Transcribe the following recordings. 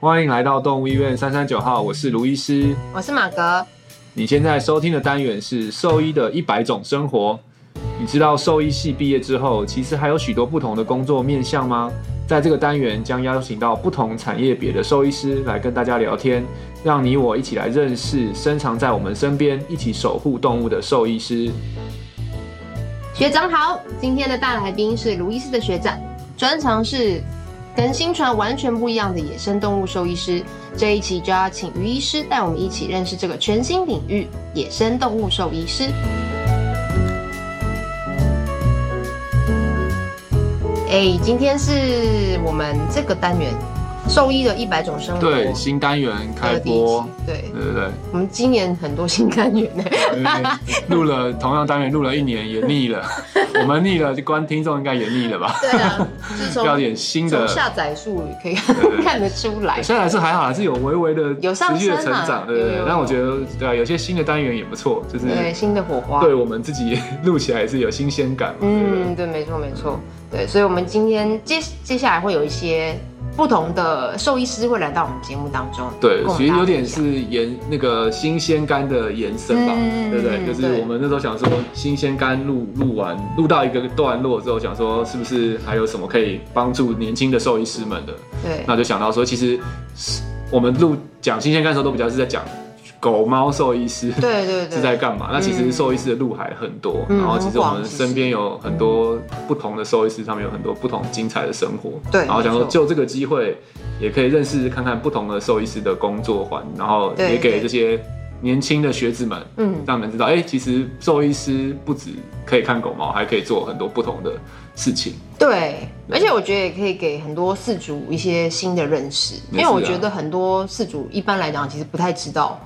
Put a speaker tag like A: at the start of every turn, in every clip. A: 欢迎来到动物医院三三九号，我是卢医师。
B: 我是马格，
A: 你现在收听的单元是兽医的一百种生活。你知道兽医系毕业之后，其实还有许多不同的工作面向吗？在这个单元将邀请到不同产业别的兽医师来跟大家聊天，让你我一起来认识深藏在我们身边、一起守护动物的兽医师。
B: 学长好。今天的大来宾是卢医师的学长，专长是跟新传完全不一样的野生动物兽医师。这一期就要请于医师带我们一起认识这个全新领域——野生动物兽医师。哎，今天是我们这个单元兽医的一百种生活
A: 对，新单元开
B: 的第一
A: 播
B: 期，，对
A: 对对对。
B: 我们今年很多新单元呢。
A: 因为录了同样单元录了一年也腻了，我们腻了，就观听众应该也腻了吧？
B: 对 啊，自从
A: 要点新的
B: 从，下载数可以
A: 对
B: 看得出来
A: 虽。然还是还好，还是有微微的
B: 有
A: 持
B: 上
A: 续的成
B: 升啊
A: 长，对对
B: 有
A: 对。
B: 有
A: 但我觉得对啊，有些新的单元也不错，就是
B: 对，新的火花。
A: 对我们自己 录起来也是有新鲜感嘛。嗯，
B: 嗯，对，没错，没错。对，所以我们今天接接下来会有一些不同的兽医师会来到我们节目当中，
A: 对
B: 跟，我们
A: 其实有
B: 大
A: 点
B: 家分享
A: 是延那个新鲜干的延伸吧，
B: 嗯
A: 对不对？
B: 嗯
A: 就是
B: 对
A: 我们那时候想说，新鲜干录录完，录到一个段落之后，想说是不是还有什么可以帮助年轻的兽医师们的？
B: 对
A: 那就想到说，其实是我们录讲新鲜感的时候，都比较是在讲狗猫兽医师
B: 对对对，
A: 是在干嘛。那其实
B: 嗯
A: 兽医师的路还很多，
B: 嗯
A: 然后其实我
B: 很
A: 们
B: 广其实
A: 身边有很多不同的兽医师，他们有很多不同精彩的生活。
B: 对
A: 然后想说
B: 没错
A: 就这个机会，也可以认识看看不同的兽医师的工作环，然后
B: 对
A: 也给
B: 对
A: 这些年轻的学子们。
B: 嗯，
A: 让人知道，哎、其实兽医师不止可以看狗猫，还可以做很多不同的事情。
B: 对，而且我觉得也可以给很多饲主一些新的认识，
A: 也
B: 因为
A: 是啊
B: 我觉得很多饲主一般来讲其实不太知道，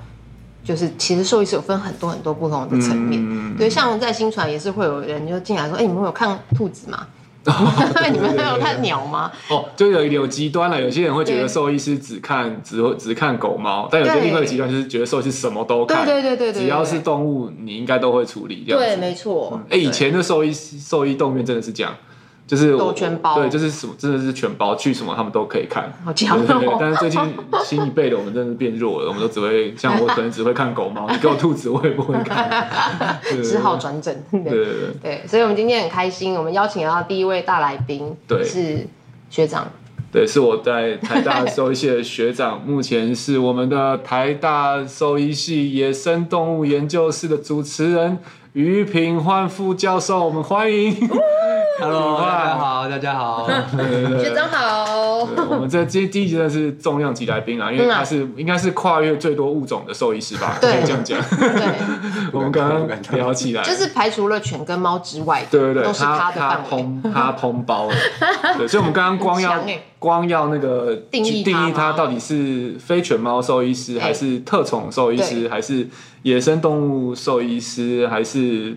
B: 就是其实兽医师有分很多很多不同的层面。
A: 嗯
B: 对，像在新传也是会有人就进来说，哎、你们有看兔子吗？ 哦你们有看鸟吗？
A: 哦，就有有极端了，有些人会觉得
B: 对
A: 兽医师只看只会只看狗猫，但有些
B: 对
A: 另外一个极端就是觉得兽医师什么都看，
B: 对对对对对对
A: 只要是动物你应该都会处理这样
B: 对，
A: 子。
B: 没错。
A: 哎、以前的兽医兽医动物园真的是这样，就是我
B: 都全包
A: 对，就是什么真的是全包，去什么他们都可以看。
B: 好
A: 对
B: 强
A: 对对，
B: 哦。
A: 但是最近新一辈的我们真的是变弱了，我们都只会像我可能只会看狗猫，你给我兔子我也不会看，对
B: 只好转诊。
A: 对对对，
B: 对，所以我们今天很开心，我们邀请到第一位大来宾，
A: 对
B: 是学长，
A: 对，是我在台大兽医系的学长，目前是我们的台大兽医系野生动物研究室的主持人于品焕副教授，我们欢迎。
C: Hello，大家好，大家好。
A: 呃
B: 学长好。
A: 对 我们这这第一集真的是重量级来宾啊，因为
B: 嗯啊
A: 他是应该是跨越最多物种的兽医师吧，可
B: 对
A: 以这样 讲。
B: 对，
A: 我们刚刚聊起来，
B: 就是排除了犬跟猫之外，
A: 对对对，
B: 都是
A: 他
B: 他的
A: 他
B: 范围。
A: 通他通包了， 对，所以我们刚刚光要
B: 很强欸
A: 光要那个
B: 定义
A: 去定义
B: 它
A: 它
B: 吗
A: 到底是非犬猫兽医师，
B: 哎
A: 还是特宠兽医师，
B: 对
A: 还是野生动物兽医师，还是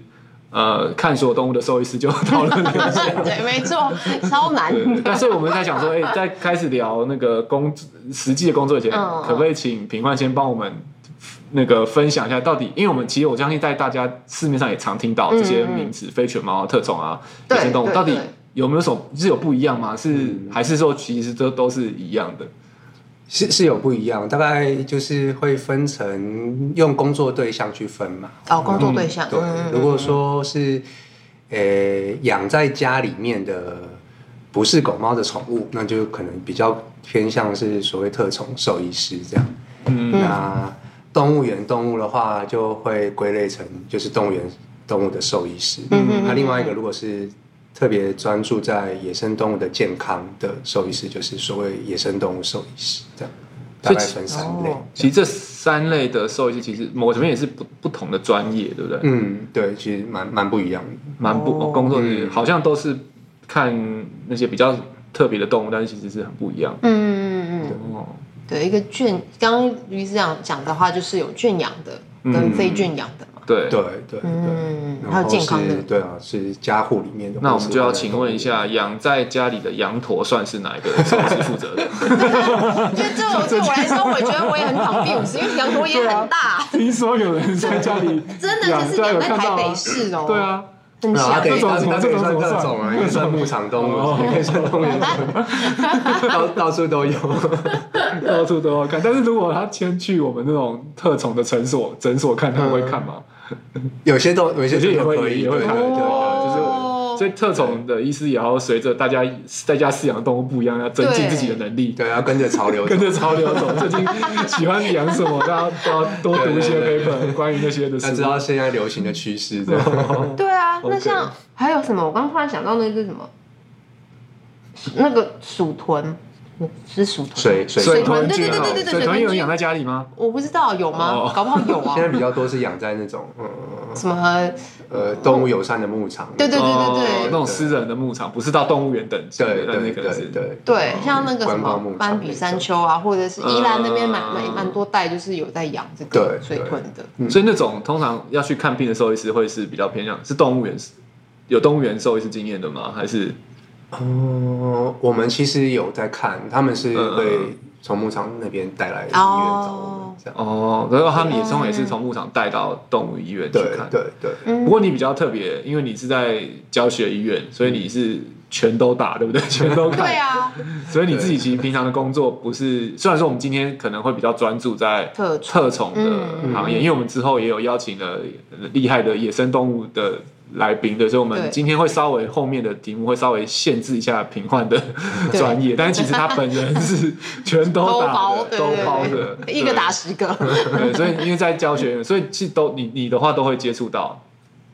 A: 呃看所有动物的兽医师，就讨论了一下。
B: 对，没错，超难
A: 对，对
B: 的。
A: 但所以我们在想说， 哎、在开始聊那个工实际的工作前，
B: 嗯
A: 可不可以请平焕先帮我们那个分享一下，到底因为我们其实我相信在大家市面上也常听到这些
B: 嗯嗯
A: 名词，非犬猫、特种啊、野
B: 对
A: 生动物，
B: 对
A: 到底
B: 对
A: 有没有什么是有不一样吗？是、还是说其实都都是一样的？
C: 是是有不一样，大概就是会分成用工作对象去分嘛。
B: 找工作对象，
C: 对，
B: 嗯
C: 如果说是呃养在家里面的不是狗猫的宠物，那就可能比较偏向是所谓特宠兽医师这样。
A: 嗯
C: 那动物园动物的话，就会归类成就是动物园动物的兽医师。
B: 嗯嗯嗯
C: 那另外一个如果是特别专注在野生动物的健康的兽医师，就是所谓野生动物兽医师这样，大
A: 所以
C: 概
A: 其
C: 分三类。
B: 哦
A: 其实这三类的兽医师，其实某层面也是不不同的专业，对不对？
C: 嗯，对，其实蛮蛮不一样的。
A: 蛮不、
B: 哦
A: 工作日
C: 嗯
A: 好像都是看那些比较特别的动物，但是其实是很不一样的。
B: 嗯嗯嗯，
A: 哦，
B: 对，一个圈，刚刚于师长讲的话，就是有圈养的跟非圈养的嘛。
A: 嗯对
C: 对对对，
B: 嗯
C: 然
B: 还有
C: 后
B: 健康的
C: 是对啊，是家护里面的。
A: 那我们就要请问一，下，养在家里的羊驼算是哪一个兽医师负责的？
B: 就这我对我来说，我觉得我也很 confused，因为羊
A: 啊
B: 驼也很大，
A: 听说有人在家里啊
B: 真的就是养在台北市哦。
A: 对，啊，
B: 很哦
C: 那它
B: 小
C: 可
A: 这
C: 以，
A: 种
C: 它
A: 怎么
C: 它可以
A: 这种
C: 算
A: 怎么
C: 特
A: 算
C: 种啊，也算牧场动物， 也可以算动物园动物， 到到处都有。
A: 到处都要看。但是如果他迁去我们那种特宠的诊所诊所看，他们会看吗？
C: 有些都有些
A: 有些也
C: 都
A: 会
C: 可以，
A: 也会
C: 对对
A: 看
C: 对，
A: 啊
B: 哦
C: 对
A: 所以特宠的意思也要随着大家在家饲养动物不一样，要增进自己的能力，
C: 对，要跟着潮 流走
A: 跟。着潮流走。最近喜欢养什么，大家都要多读一些
C: 对对
A: paper 关于那些的
C: 要
A: 事
C: 知。道现在流行的趋势，这
A: 哦
C: 样
B: 对啊，那
A: OK
B: 像还有什么？我刚突然想到那个什么，那个鼠豚，是鼠豚吗
C: 水水
B: 水
C: 豚
B: 豚，对对
C: 菌
B: 对
C: 啊
B: 对对对，
A: 水豚
B: 豚
A: 有人养
B: 菌
A: 在家里吗？
B: 我不知道有吗
A: 哦？
B: 搞不好 有啊
C: 现，在比较多是养在那种嗯
B: 什么？
C: 呃动物友善的牧场。
B: 对对对对
A: 哦那种私人的牧场，不是到动物园等级的，
C: 对
A: 哦那
C: 对
A: 可能是
C: 对对
B: 对，像那个什
C: 观光
B: 么
C: 牧场
B: 斑比山
C: 那种
B: 丘啊，或者是宜兰那边蛮
A: 嗯
B: 蛮蛮多带，就是有在养这个
C: 对
B: 水豚 的。
A: 所以那种通常要去看病的兽医师会是比较偏向是动物园，有动物园兽医师经验的吗？还是
C: 哦，我们其实有在看，他们是
A: 嗯
C: 会从牧场那边带来医院找我
B: 哦
C: 们这样。
A: 哦，然后他们也通常也是从牧场带到动物医院去
C: 对
A: 看。
C: 对对，
B: 嗯
A: 不过你比较特别，因为你是在教学医院，所以你是全都打，对不对？全都看。
B: 对啊，
A: 所以你自己其实平常的工作不是，虽然说我们今天可能会比较专注在
B: 特宠嗯
A: 特宠的行业，
C: 嗯
A: 因为我们之后也有邀请了厉害的野生动物的来宾的，所以我们
B: 对
A: 今天会稍微后面的题目会稍微限制一下品焕的
B: 对
A: 专业，但是其实他本人是全都
B: 都
A: 打
B: 包
A: 的，
B: 对
A: 都包
B: 对
A: 的
B: 对，对，一个
A: 对。
B: 打
A: 嗯
B: 十个。
A: 对，所以因为在教学，所以其实都你你的话都会接触到，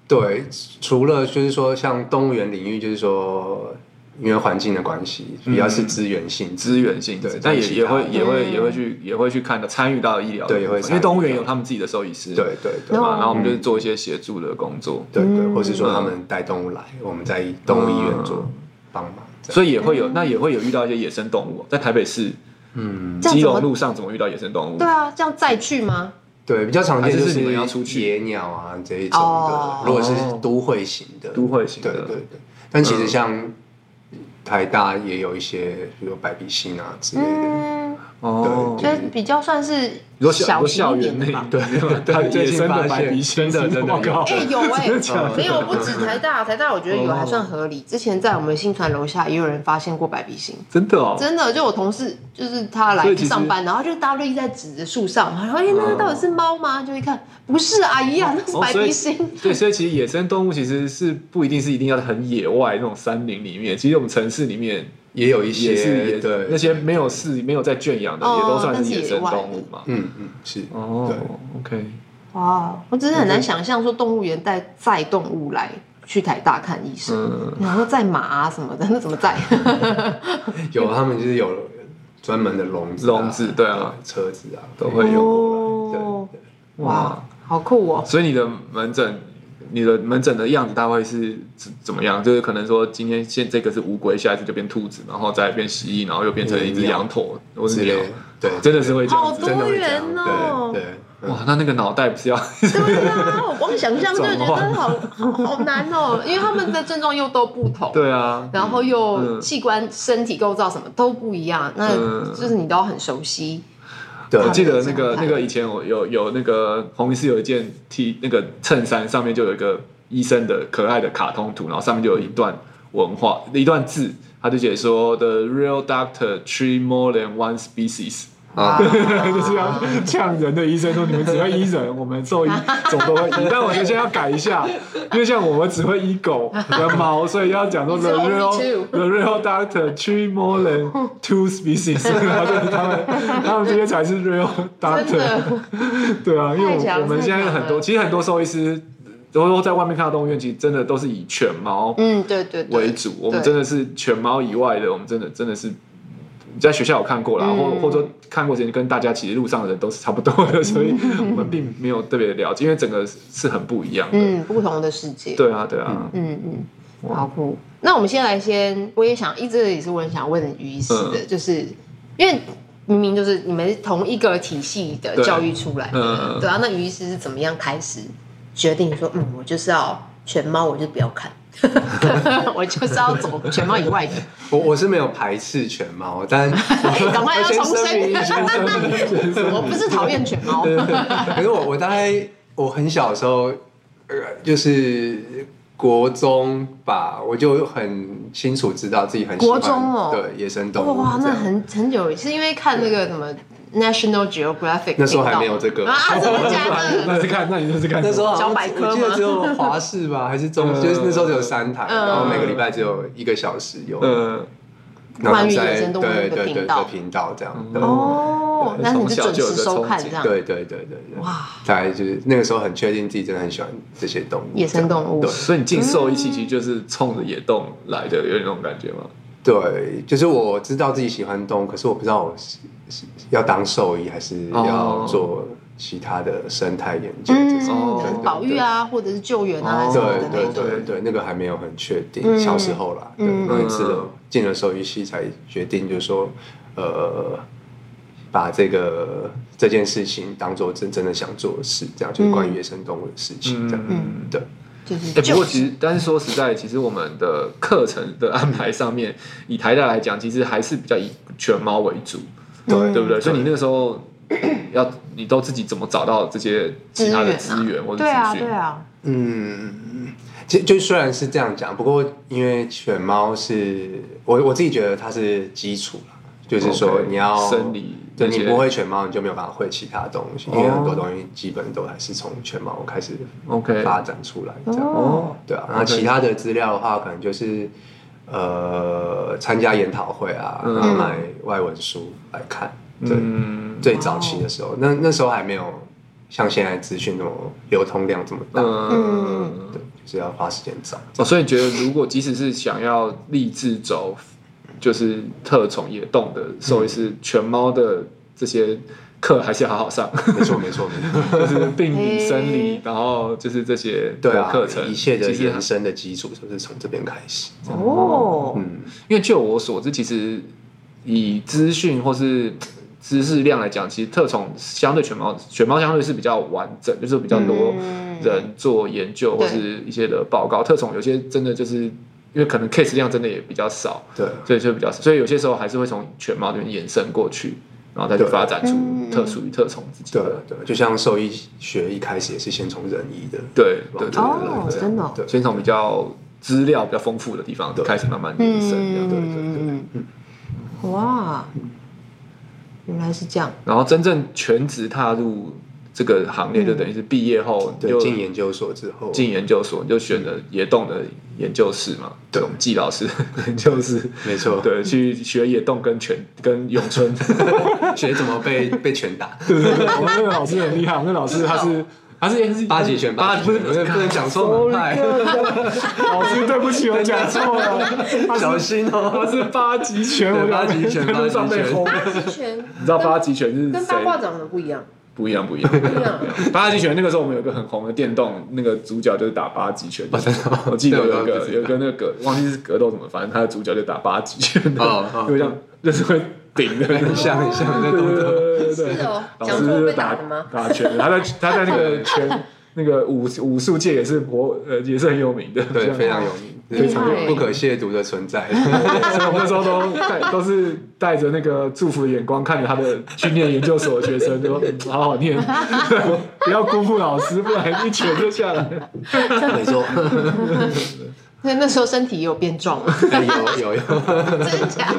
C: 对，除了就是说像动物园领域，就是说因为环境的关系，比较是
A: 嗯
C: 资源性质。
A: 资源性质
C: 对，
A: 但也
C: 像其
A: 也
C: 他
A: 会
C: 的
A: 也会
B: 嗯
A: 也会去也会去看的，参与到医疗的
C: 对也
A: 部
C: 会
A: 分，因
C: 参
A: 为
C: 与
A: 动物园
C: 到
A: 有他们自己的兽医师，啊
C: 对对对
A: 对嘛，
B: 哦
A: 然后我们就是做一些协助的工作，
C: 对对，
B: 嗯
C: 或是说他们带动物来，我们在动物医院
A: 嗯
C: 做帮忙。这样
A: 所以也
B: 嗯
A: 会有那也会有遇到一些野生动物，哦在台北市
C: 嗯，
B: 这样
A: 基
B: 怎么
A: 隆路上怎么遇到野生动物？
B: 对啊，这样再去吗？
C: 对，比较常见就
A: 还是你们要出去
C: 野鸟啊这一种
B: 哦
C: 的，如果是都会型的，
A: 都会型的嗯
C: 对对对。但其实像台大也有一些，比如说百比星啊之类的，
B: 嗯，
A: 哦，
B: 所以比较算是
A: 你说小
B: 小
A: 你说
B: 型
A: 校
B: 一
A: 园
B: 点
A: 内
B: 的吧。
A: 对
C: 对
A: 野
C: 最近
A: 生
C: 发
A: 的
C: 现
A: 白鼻
C: 真的真的有
B: 哎、有哎、
C: 哦的
B: 没有不止台大，台大我觉得有还算合理。之前在我们新传楼下也有人发现过白鼻星，
A: 真的哦，
B: 真的，就我同事就是他来
A: 所以其实
B: 上班，然后就大家就一直在指着树上，然后哎、那
C: 嗯
B: 个到底是猫吗？就一看不是阿姨啊，那是
A: 哦
B: 白
A: 所以
B: 鼻星。
A: 对，所以其实野生动物其实是不一定是一定要很野外那种山林里面，其实我们城市里面
C: 也有一
A: 也是
C: 些
A: 野
C: 对
A: 那些没有饲没有在圈养的，也
B: 哦
A: 都算
B: 那
A: 是
B: 是
A: 野
B: 野
A: 生
B: 外
A: 动
B: 的
A: 物嘛。
C: 嗯嗯是
A: 哦
C: 对
A: ，OK，
B: 哇，哦我只是很难想象说动物园带载动物来去台大看医生，
A: 嗯，
B: 然后载马啊什么的，那怎么 载？
C: 有他们就是有专门的笼子啊、
A: 笼子对啊
C: 车子啊
A: 都会有
C: 过来
B: 哦
C: 对对
B: 哇，好酷哦！
A: 所以你的门诊，你的门诊的样子大概是怎怎么样？就是可能说今天现这个是乌龟，下一次就变兔子，然后再变蜥蜴，然后又变成一只羊驼或是
C: 嗯之
A: 鸟
C: 类的，对，
A: 真的是会这样
B: 好
A: 子。
B: 多
C: 真的会这样
B: 元哦
C: 对对。嗯
A: 哇，那那个脑袋不是 要
B: 对啊，我光想象就觉
A: 转换
B: 得好好好难哦，因为他们的症状又都不同，
A: 对啊，
B: 然后
A: 嗯
B: 又器官、身体构造什么都不一样，那
A: 嗯
B: 就是你都要很 熟悉。
C: 对，啊
A: 我记得那个
B: 他们
A: 那
B: 有这样
A: 个以前我有有那个红医师有一件 T 那个衬衫上面就有一个医生的可爱的卡通图，然后上面就有一段文化一段字，他就写说 The real doctor treat more than one species。
C: 啊，
A: 就是要呛人的医生说你们只会医人，我们兽医总都会 医。但我觉得现在要改一下，因为像我们只会医狗跟 猫，所以要讲说
B: It's
A: the
B: only
A: real
B: two.
A: the real doctor three more than two species，然 后就是他们 他们这些才是 real
B: 真
A: doctor
B: 的。
A: 对啊，因为
B: 太强
A: 我我们
B: 太
A: 现在
B: 强
A: 很多，
B: 了
A: 其实很多兽医师，都都在外面看到动物园，其实真的都是以犬猫
B: 嗯，对对对，
A: 为主。我们真的是犬猫以外的，我们真的真的是在学校有看过啦，
B: 嗯
A: 或或者说看过，其实跟大家其实路上的人都是差不多的，所以
B: 嗯
A: 我们并没有特别了解，因为整个是很不一样的。
B: 嗯不同的世界。
A: 对啊，对啊，
B: 嗯嗯，好酷。那我们先来先，我也想一直也是我很想问于医师的，
C: 嗯
B: 就是因为明明就是你们是同一个体系的
A: 对
B: 教育出来的，
A: 嗯
B: 对啊，那于医师是怎么样开始决定说，嗯，我就是要犬猫，我就不要 看， 我就是要走犬猫以外的，哎
C: 我我是没有排斥犬猫，但我
B: 赶快要
C: 我先
B: 重
C: 声明一 下，
B: 生，我不是讨厌犬猫，
C: 可是我我大概我很小的时候，呃，就是国中吧，我就很清楚知道自己很喜欢
B: 国中哦
C: 对野生动物
B: 哇，
C: 这
B: 那
C: 样
B: 很很久，是因为看那个什么 National Geographic，
C: 那时候还
B: 频道
C: 没有这个
B: 啊，真的假
A: 那
B: 的？
A: 是看，那 你那是看什么
C: 那时候好像
B: 小百科吗
C: 我记得只有华视吧，还是 中，
A: 嗯
C: 就是那时候只有三台，
B: 嗯
C: 然后每个礼拜只有一个小时有，
A: 呃，
C: 然后
B: 关于
C: 在
B: 野生动物
C: 对
B: 的
C: 对
B: 频
C: 对
B: 道
C: 的频道这样，
A: 嗯
B: 哦，那你就准时收看这样。
C: 对对对对对，
B: 哇，
C: 大概就是那个时候很确定自己真的很喜欢这些动物，
B: 野生动物
C: 对
A: 所以你进兽医系其实就是冲着野洞来的，有那种感觉吗？
C: 对，就是我知道自己喜欢动物，可是我不知道我是是要当兽医还是要
A: 哦
C: 做其他的生态研究这种。
A: 哦
B: 嗯，可能保育啊，或者是救援啊，
A: 哦
B: 什么的
C: 对
B: 那
C: 对
B: 种。
C: 对对，那个还没有很确定，
B: 嗯
C: 小时候啦，对，
B: 嗯
C: 那一次的进了兽医系才决定，就是说，呃，把这个这件事情当做真正的想做的事，这样就是关于野生动物的事情，这样，
A: 嗯
C: 对，
B: 就是
A: 哎、不
B: 救
A: 过其实，但是说实在，其实我们的课程的安排上面，以台大来讲，其实还是比较以犬猫为主，
B: 对
A: 对不对？所以你那个时候要，你都自己怎么找到这些其他的
B: 资源啊
A: 资源或者
B: 对啊
A: 资
B: 对
A: 讯？
B: 啊，
C: 嗯，其实就虽然是这样讲，不过因为犬猫是我我自己觉得它是基础啦，就是说
A: OK，
C: 你要
A: 生理
C: 对
A: 那些
C: 你不会犬猫，你就没有办法会其他东西，因为很多东西基本都还是从犬猫开始
A: 哦 OK
C: 发展出来这样。
A: 哦，
C: 对啊，然后其他的资料的话，可能就是呃参加研讨会啊，
A: 嗯
C: 然后买外文书来看。对，
A: 嗯，
C: 最早期的时候，那那时候还没有像现在资讯那么流通量这么大。
A: 嗯，
C: 对，就是要花时间找。
A: 哦，所以你觉得如果即使是想要立志走，就是特宠野动的兽医师，犬猫的这些课还是要好好上，
C: 没错，没错，没错。
A: 就是病理、
B: 嘿
A: 生理，然后就是这些
C: 对啊
A: 课程，，
C: 一切的
A: 其实
C: 延伸的基础都是从这边开始。
B: 哦，
C: 嗯，
A: 因为就我所知，其实以资讯或是知识量来讲，其实特宠相对犬猫，犬猫相对是比较完整，就是比较多
B: 嗯
A: 人做研究或
B: 对
A: 是一些的报告。特宠有些真的就是因为可能 case 量真的也比较少，
C: 对，
A: 所以就比较少，所以有些时候还是会从犬猫这边延伸过去，然后再去
C: 对
A: 发展出
B: 嗯
A: 特属于特宠自己
C: 对
A: 的，
C: 对，就像兽医学一开始也是先从人医的。
A: 对对对对
B: 哦，
A: 对
B: 真的哦，
C: 对，
A: 先从比较资料比较丰富的地方
C: 对
A: 开始慢慢延伸这样。
B: 嗯，哇，原来是这 样，
A: 然后真正全职踏入这个行列，就等于是毕业后你
C: 嗯对，
A: 就
C: 进研究所之后，
A: 进研究所，你就选了野洞的研究室嘛，
C: 对
A: 我们季老师研究室，
C: 没错，
A: 对，去学野洞跟全跟咏 春。
C: 学怎么被被拳 打，
A: 对对对，我们那个老师很厉害，我们那个老师他是他是是
C: 八极拳，
A: 八
C: 八极拳，不能不能讲错门哎派，
A: 老师对不起，我讲错了，他
C: 小
A: 是
C: 心哦。
A: 他是八极拳，
C: 对
A: 我
C: 八极拳
A: 跟上被
C: 八极拳
A: 轰。
B: 之前
A: 你知道八极拳是
B: 跟八
A: 谁
B: 卦掌的不一样，
A: 不一样，不一样，不一
B: 样。
A: 八极拳那个时候我们有一个很红的电动，那个主角就是打八极 拳。
C: 哦
A: 我记得有一
C: 对我
A: 个
C: 都不知道
A: 有一个那个格忘记是格斗什么，反正他的主角就打八极拳的
C: 哦 哦，
A: 就像就是会顶的那种
C: 很。像很像
A: 对
C: 那
A: 对
C: 动作，
A: 对对对
B: 是
A: 对
B: 哦。
A: 老
B: 讲
A: 师
B: 说
A: 就
B: 被
A: 是
B: 打
A: 打
B: 的吗？
A: 打拳，啊他在他在那个拳那个武武术界也是博呃也是很有名的，这
C: 对，
A: 样
C: 非常有名，
B: 非常有
C: 就是
B: 名
C: 不可亵渎的 存在。
A: 所以我们那时候都带都是带着那个祝福的眼光看着他的去念研究所的学生，就说嗯好好念， 不要辜负老师，不然一拳就下来。
C: 没错，
B: 所以那时候身体也有变壮吗？
C: 哎有有有，
B: 真假？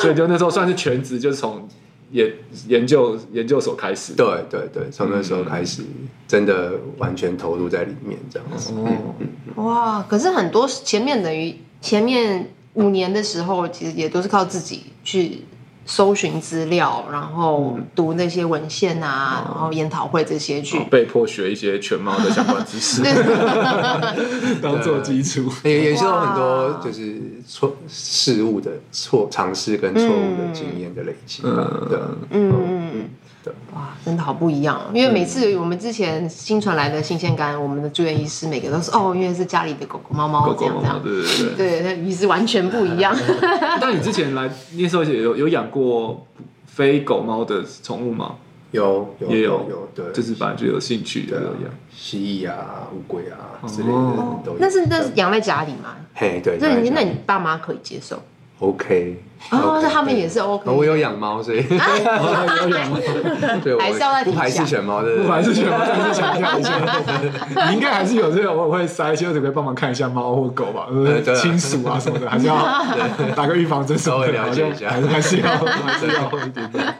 A: 所以就那时候算是全职，就是从研研究研究所开始。
C: 对对对，从那时候开始，真的完全投入在里面这样子。
A: 哦，
B: 哇！可是很多前面等于前面五年的时候，其实也都是靠自己去搜寻资料，然后读那些文献啊，然后研讨会这些去。
A: 被迫学一些犬猫的相关知 识，当做基础。
C: 也也是有很多
B: 哇
C: 就是错事物的错尝试跟错误的经验的累积吧，
A: 嗯
C: 对，啊
B: 嗯嗯嗯
C: 对。
B: 哇，真的好不一样哦！因为每次我们之前新传来的新鲜感，我们的住院医师每个都是哦，因为是家里的狗狗、猫猫
A: 狗
B: 这
A: 狗猫
B: 样这
A: 猫，
B: 样。
A: 对对对对。
B: 对，那鱼是完全不一样。
A: 但你之前来那时候也有有养过非狗猫的宠物吗？
C: 有有
A: 也
C: 有
A: 有
C: 有，对，
A: 就是本来就有兴趣的
C: 对啊
A: 有养。
C: 蜥蜴啊、乌龟啊之类的
A: 哦
C: 都有。
B: 那是那是养在家里嘛？
C: 嘿对，
B: 那
C: 大概
B: 你
C: 这
B: 那
C: 样
B: 你爸妈可以接受？
C: OK，
B: 哦，
C: OK，
B: 那他们
C: 对
B: 也是 OK。
C: 哦我有养猫，所以
A: 哦有养吗？
C: 对 我
B: 还是要再
C: 不
B: 提
C: 排
B: 一下
C: 斥犬猫，对
A: 不
C: 对
A: 管
C: 对
A: 是选猫还是想跳一 下，你应该还是有这个，我会塞，希望你可以帮忙看一下猫或狗吧，呃
C: 嗯 对啊
A: 亲属啊什么的，还是要打个预防针什么的，
C: 稍微了
A: 好
C: 解
A: 像
C: 一下
A: 还是还是要还是要一点点。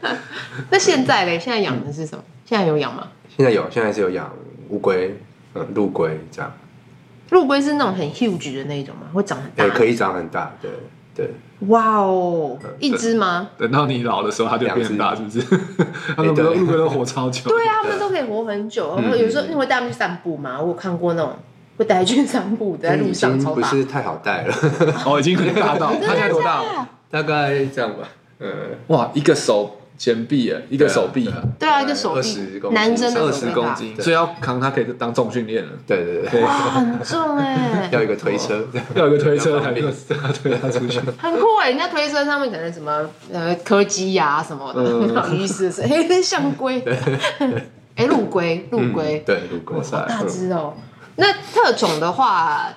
B: 那现在嘞？现在养的是什么？现在有养吗？
C: 现在有，现在是有养乌龟，嗯，陆龟这样，
B: 陆龟是那种很 huge 的那一种吗？会长很大？
C: 对，呃可以长很大，对对，
B: 哇哦，一
A: 对
B: 只吗？
A: 等到你老的时候，它就变很大，是不是？他们
C: 哎
A: 不
C: 对
A: 都陆龟都活超久，
B: 对啊，他们都可以活很久。
C: 嗯
B: 有时候因为带他们去散步嘛，我有看过那种会带他去散步的，在
C: 已
B: 路上
C: 经
B: 超
C: 不
B: 大。
C: 是太好带了，
A: 哦，已经很大到，它现在多大？
C: 大概这样吧，嗯，
A: 哇，一个手前臂，哎，一
C: 一
A: 个手臂，
B: 对啊，一个手
C: 二
B: 臂
C: 十公，斤，
B: 男生
A: 二
B: 的手
A: 十
B: 臂
A: 公
B: 大，
A: 斤，
C: 对
A: 所以要扛它可以当重训练了。
C: 对对对，
A: 对，
B: 哇，很重 哎、
C: 要一个推车，
A: 要有个推车，还要推它出 去。
B: 很酷哎、人家推车上面可能什么呃柯基呀、什么的，
A: 嗯
B: 那种鱼是是，哎、象 龟，哎陆龟，陆龟
C: 嗯，对，陆龟
A: 哇，塞
B: 大只哦。 那特种的话，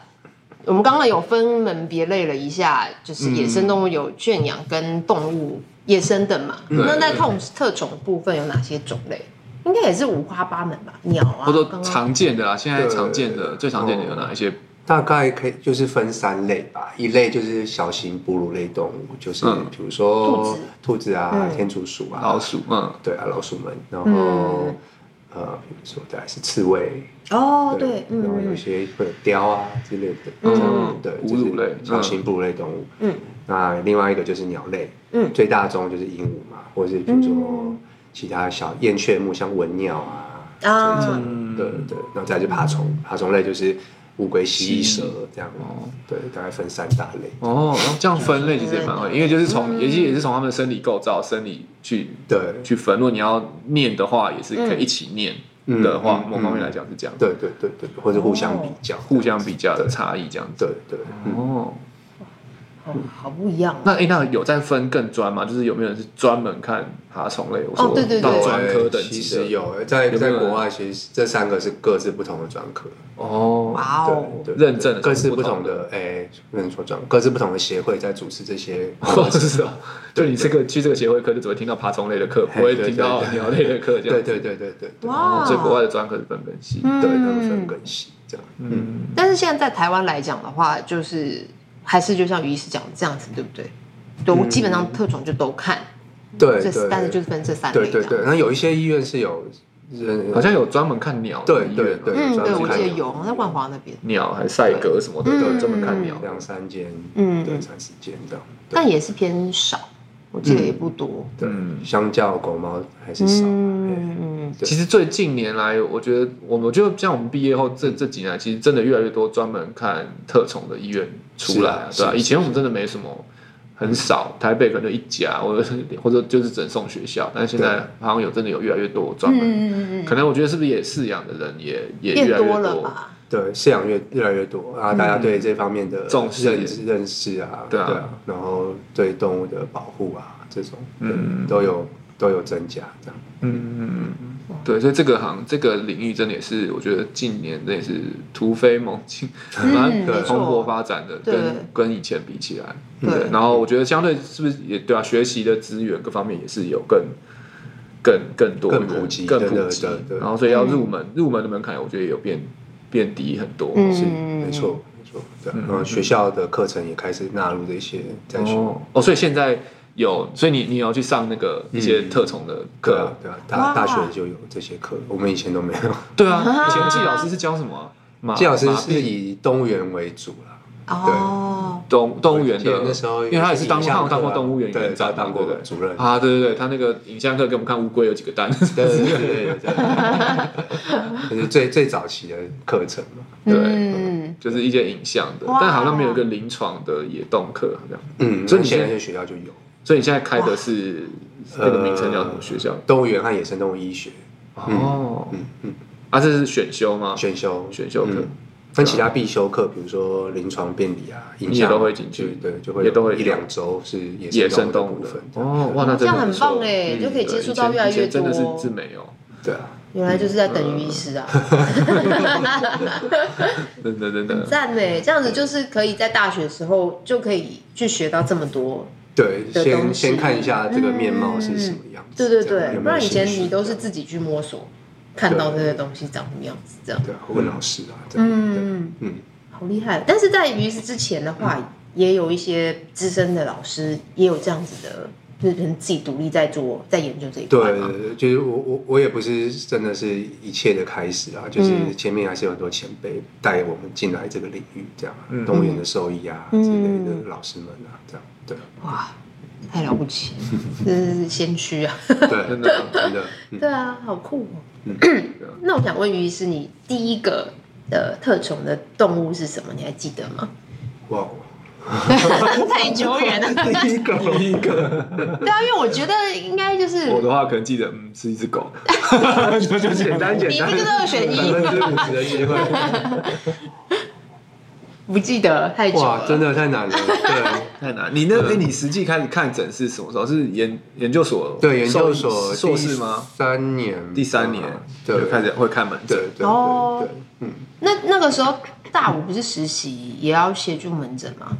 B: 我们刚刚有分门别类了一下，就是野
C: 嗯
B: 生动物有圈养跟动物野生的嘛。
A: 嗯
B: 那在
A: 对
B: 特特种部分有哪些种类？应该也是五花八门吧，鸟啊，
A: 或者说
B: 刚刚
A: 常见的啦，现在
C: 对
A: 常见的最常见的有哪一些？
C: 大概可以就是分三类吧，一类就是小型哺乳类动物，就是
A: 嗯
C: 比如说
B: 兔子
C: 兔子啊、
B: 嗯
C: 天竺鼠啊、
A: 老，鼠，嗯，
C: 对啊，老鼠们，然后
B: 嗯
C: 呃，比如说再来是刺猬，
B: 哦，对，嗯
C: 然后有
B: 嗯
C: 些会有雕啊之类的，
B: 嗯
C: 这样对，
A: 哺乳类
C: 就是小型哺乳类动物。
B: 嗯，
C: 那另外一个就是鸟类，
B: 嗯
C: 最大宗就是鹦鹉嘛，或者是比如说
B: 嗯
C: 其他小燕雀目，像文鸟啊，
B: 啊
C: 这
A: 嗯
C: 种对对，然后再来就爬虫，爬虫类就是乌龟、蜥蜴、蛇这样，
A: 哦
C: 对，大概分三大类。
A: 哦，然后这样分类其实也蛮好，因为就是从也是也是从他们的生理构造、生理去
C: 对
A: 去分。如果你要念的话，也是可以一起念
C: 嗯
A: 的话，
C: 嗯
A: 某方面来讲是这样，
C: 对对对对，或者互
B: 哦
C: 相比较，
A: 互相比较的差异这样子。
C: 对对，嗯
A: 哦，
B: 好好不一样哦。
A: 那诶，那有在分更专吗？就是有没有人是专门看爬虫类？我说
B: 哦对对对
A: 到专科等
C: 其
A: 级
C: 实
A: 的
C: 有在
A: 有没有
C: 在
A: 人
C: 国外，其实这三个是各自不同的专科。
A: 哦，
B: 哇哦，
C: 对对，
A: 认证的
C: 各
A: 是
C: 自
A: 不
C: 不
A: 同
C: 同
A: 的
C: 的，哎，不能说专，各自不同的协会在主持 这些
A: 哦，是啊，就你这个去这个协会课，就只会听到爬虫类的课，不会
C: 对对
A: 听到
C: 对
A: 鸟类的课这样
C: 对
A: 子。
C: 对对对对对，
B: 哇，
A: 所以国外的专科是分更细。
B: 嗯
C: 对他们分更细这样。嗯，
A: 嗯，
B: 但是现在在台湾来讲的话，就是还是就像于医师讲的这样子，对不对？对，我
C: 嗯
B: 基本上特种就都看，
C: 对
B: 这
C: 对，
B: 但是就是分这三类
C: 对
B: 这
C: 对
B: 样。
C: 对，那有一些医院是有人
A: 好像有专门看鸟的
C: 对
A: 医
C: 对
A: 院嘛哦
C: 对
B: 嗯，
C: 专
B: 对，
C: 门
B: 我
C: 看
B: 记得
C: 鸟
B: 有在万华那边，
A: 鸟还赛格什么的，
B: 嗯
A: 对，专门看鸟。
C: 两三间，
B: 嗯
C: 对，
B: 嗯
C: 三四间这样。对
B: 但也是偏少，我记得也不多。
C: 对
A: 嗯，
C: 相较狗猫还是少。哎
B: 嗯嗯
C: 对
A: 其实最近年来，我觉得我们我觉得像我们毕业后这这几年来，其实真的越来越多专门看特宠的医院出来啊，
C: 是
A: 对
C: 啊
A: 啊，
C: 是
A: 以前我们真的没什么。很少，台北可能就一家，或者是或者就是整送学校，但是现在
C: 对
A: 好像有真的有越来越多专门
B: 嗯嗯
A: 可能我觉得是不是也饲养的人也也
B: 变
A: 越来越
B: 多
A: 多
B: 了？吧？
C: 对，饲养越越来越多啊，大家
B: 嗯
C: 对这方面的
A: 重视
C: 认知认识啊，
A: 对啊
C: 然后对动物的保护啊，这种
A: 嗯
C: 嗯都有都有增加这样。
A: 嗯，对，所以这个行这个领域真的也是，我觉得近年真的也是突飞猛进，
B: 嗯
A: 蛮
B: 没
A: 蓬
B: 错
A: 勃发展的，
B: 对
A: 跟跟以前比起来，
B: 对
A: 对。然后我觉得相对是不是也对啊，学习的资源各方面也是有更。更更多
C: 更普及
A: 更
C: 对
A: 普
C: 对
A: 及
C: 对，对
A: 然后所以要入门，入门的门槛我觉得也有变变低很多。
B: 嗯
C: 是，没错，没错。对啊，
A: 嗯
C: 然后学校的课程也开始纳入这些在学，
A: 哦哦，所以现在有，所以你你要去上那个一些
C: 嗯
A: 特宠的
C: 对
A: 课
C: 啊，，对啊，
B: 哇
C: 大大学就有这些课，我们以前都没有。
A: 对啊， 以前季老师是教什么啊？马
C: 季老师
A: 马
C: 是以动物园为主 啦，
B: 哦，
A: 动动物园
C: 我记
A: 的
C: 得那时候
A: 因为他也是当
C: 有一些
A: 他有
C: 影像课啊
A: 当过动物园
C: 对
A: 园长嘛，
C: 他当过
A: 对不对
C: 主任
A: 啊，对对对，他那个影像课给我们看乌龟有几个蛋，
C: 对对对对对对，就是最最早期的课程嘛。
A: 对
B: 嗯，
A: 就是一些影像的
B: 哇，
A: 但好像没有一个临床的野动课好像。
C: 嗯，
A: 所以
C: 所以
A: 你
C: 现
A: 现
C: 在
A: 在，
C: 些学校就有
A: 所以你现在开的是
C: 哇
A: 那个名称叫什么学校？
C: 动物园和野生动物医学，
A: 哦，
C: 呃嗯嗯，
A: 啊，这是选修吗？
C: 选修
A: 选修课
C: 嗯跟其他必修课，比如说临床病理啊，影
A: 你也
C: 像
A: 都会进去
C: 对，就会
A: 也都会
C: 有一两周是
A: 野
C: 野
A: 生
C: 生
A: 动
C: 物
A: 物
C: 的
A: 的
C: 部分。
A: 哦，哇，那
B: 这
A: 真
B: 样
A: 的
B: 很棒
A: 不错
B: 哎，
C: 嗯
B: 就可以接
A: 对
B: 触
A: 以前
B: 到越来
A: 以前
B: 越多。
A: 真的是是没有。
C: 对啊，
B: 原来就是在等于医师啊，
C: 嗯
A: 真的真的，
B: 赞美、这样子就是可以在大学时候就可以去学到这么多，
C: 对，
B: 的东
C: 先
B: 西
C: 先看一下这个面貌是什么样子。
B: 对对
C: 这样
B: 对，
C: 有
B: 不
C: 没有
B: 然以前
C: 兴趣
B: 你都是自己去摸索，看到这些东西长什么样子这样，
C: 对啊问老师啊，这样对
B: 嗯，
C: 嗯，
B: 好厉害。但是在于是之前的话，也有一些资深的老师也有这样子的，就是可能自己独立在做，在研究这一块嘛，
C: 对，就是我我我也不是真的是一切的开始啊，
B: 嗯
C: 就是前面还是有很多前辈带我们进来这个领域，这样啊
A: 嗯
C: 动物园的兽医啊之
B: 嗯
C: 类的老师们啊，这样对
B: 哇，太了不起了，真是先驱 啊！
C: 对，
A: 真的
C: 真的，嗯
B: 对啊，好酷哦。
C: 嗯
B: 那我想问于医师，你第一个的特种的动物是什么？你还记得吗？
C: 哇哦，
B: 太久远 了。
C: 第一个第一个，
B: 对啊，因为我觉得应该就是
A: 我的话可能记得，嗯，是一只 狗，
C: 就就简单简单，
B: 你不就是二选一
C: 百 分之五十的机会。
B: 不记得太久了
C: 哇，。真的太难了。对
A: 太难。你那哎，你实际开始看诊是什么时候？是研研究所
C: 对， 研究所
A: 硕士吗？
C: 第三年，
A: 第三年
C: 对，
A: 就开始会看门
C: 对，
A: 诊
C: 对，对
B: 哦
C: 对，嗯，
B: 那那个时候大五不是实习也要协助门诊吗？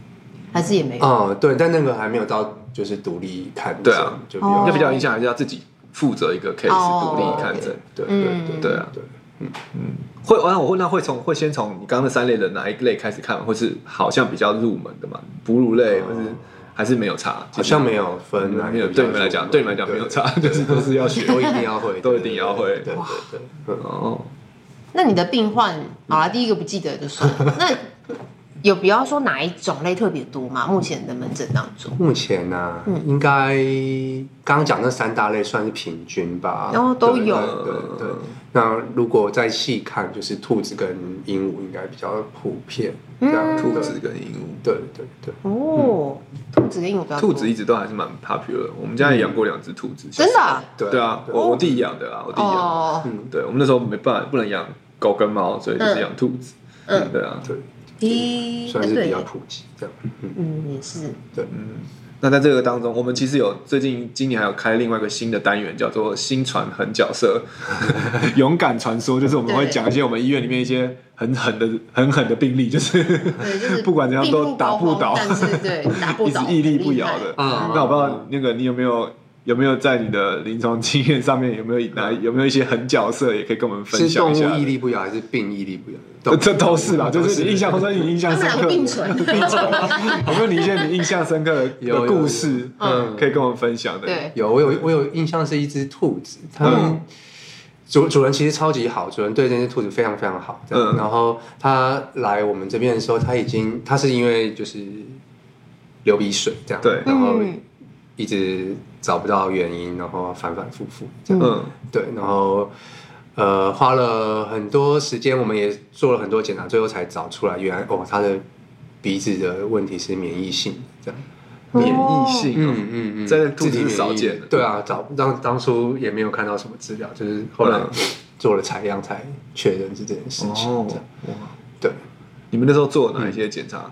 B: 还是也没有？
C: 哦，对，但那个还没有到就是独立看诊，
A: 对啊
C: 就比
B: 哦
C: 较
A: 那比较影响还是要自己负责一个 case
B: 哦
A: 独立看诊。
C: 对对
B: 嗯
C: 对
A: 对啊
C: 对，
A: 会，那我会那会从会先从你刚刚那三类的哪一类开始看，或是好像比较入门的嘛，哺乳类，
C: 哦
A: 或是还是没有差，
C: 好像没有分哪一
A: 嗯没有
C: 个比较多，
A: 对你们来讲，对你们来讲没有 差， 就是都是要学。
C: 都一定 要会，
A: 都一定要会
C: 对对对对，嗯
A: 哦，
B: 那你的病患好啦，第一个不记得就算 了。那有比方说哪一种类特别多吗？目前的门诊当中，
C: 目前呢，
B: 嗯
C: 应该刚刚讲那三大类算是平均吧，
B: 然后哦都
C: 对
B: 有
C: 对对对。那如果再细看，就是兔子跟鹦鹉应该比较普遍，这样
B: 嗯
A: 兔子跟鹦鹉，
C: 对对对，
B: 哦，兔子跟鹦鹉比较多
A: 兔子一直都还是蛮 popular 的。我们家也养过两只兔子，其实
B: 真的啊
C: 对
A: 对啊，
C: 对
A: 我我弟养的啊，我弟养。
B: 哦，
C: 嗯
A: 对，我们那时候没办法，不能养狗跟猫，所以就是养兔子。
B: 嗯
A: 对啊。
C: 对，
B: 咦，
C: 算是
B: 嗯对
C: 比较
B: 耶
C: 普及这样。嗯，
B: 嗯，也是，
C: 对，
A: 那在这个当中，我们其实有最近今年还有开另外一个新的单元，叫做“新传狠角色勇敢传说”，就是我们会讲一些我们医院里面一些很狠的、很狠的病例，就是
B: 对，就 是
A: 不管怎样
B: 并
A: 都打不
B: 不
A: 倒
B: 高峰，但是对 打不
A: 一直
B: 倒，
A: 屹立不
B: 很厉
A: 摇
B: 害
A: 的。
C: 嗯
A: 那我不知道那个你有没有有没有在你的临床经验上面有没有哪有没有一些狠角色，也可以跟我们分
C: 是
A: 享
C: 动
A: 一下
C: 物
A: 的？
C: 毅力不摇还是病毅力不摇？
A: 这这都是啦，就是你印象中你印象
B: 他们
A: 深
B: 两
A: 刻
B: 个并
A: 的，
B: 存，
A: 有没有你一些你印象深刻的
C: 有有
A: 的故事，
B: 有
A: 嗯，可以跟我们分享的？
B: 对，
C: 有，我有我有印象是一只兔子，它们
A: 嗯
C: 主主人其实超级好，主人对这只兔子非常非常好。这样
A: 嗯
C: 然后它来我们这边的时候，它已经它是因为就是流鼻水这样，
A: 对
C: 然后
B: 嗯
C: 一直找不到原因，然后反反复复这样。
A: 嗯
C: 对，然后呃花了很多时间，我们也做了很多检查，最后才找出来，原来哦他的鼻子的问题是免疫性的这样。
A: 免疫性，
C: 嗯嗯嗯，
A: 在兔子
C: 自己免疫
A: 是少见的
C: 对啊，早当当初也没有看到什么资料，就是后来
A: 嗯
C: 做了采样才确认是这件事情。
A: 哦
C: 这样，
A: 哇
C: 对，
A: 你们那时候做哪一些检查？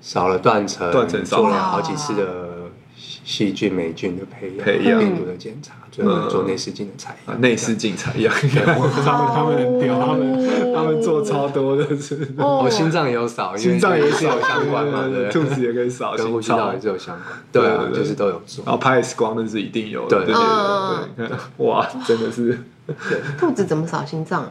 C: 少了断层，
A: 断层少
C: 做了
B: 了
C: 好几次的细菌、霉菌的培养、
A: 培养
C: 病毒的检查，最后
A: 嗯
C: 做内视镜的采
A: 啊
C: 样。
A: 内视镜采样，他们他们很屌，他们他们做超多的，是
B: 哦
C: 我心脏也有扫，因为
A: 心脏也
C: 是有相关嘛，对
A: 对
C: 不对
A: 兔子也可以扫，
C: 跟呼
A: 心
C: 吸道
A: 脏
C: 也，是有相关，对
A: 对
C: 啊，
A: 对对哦
C: 就是都有做
A: 然。后拍 X 光那是一定有的，
C: 对
A: 这些
B: 嗯
A: 的，对对哇，真的是
B: 兔子怎么扫心脏啊？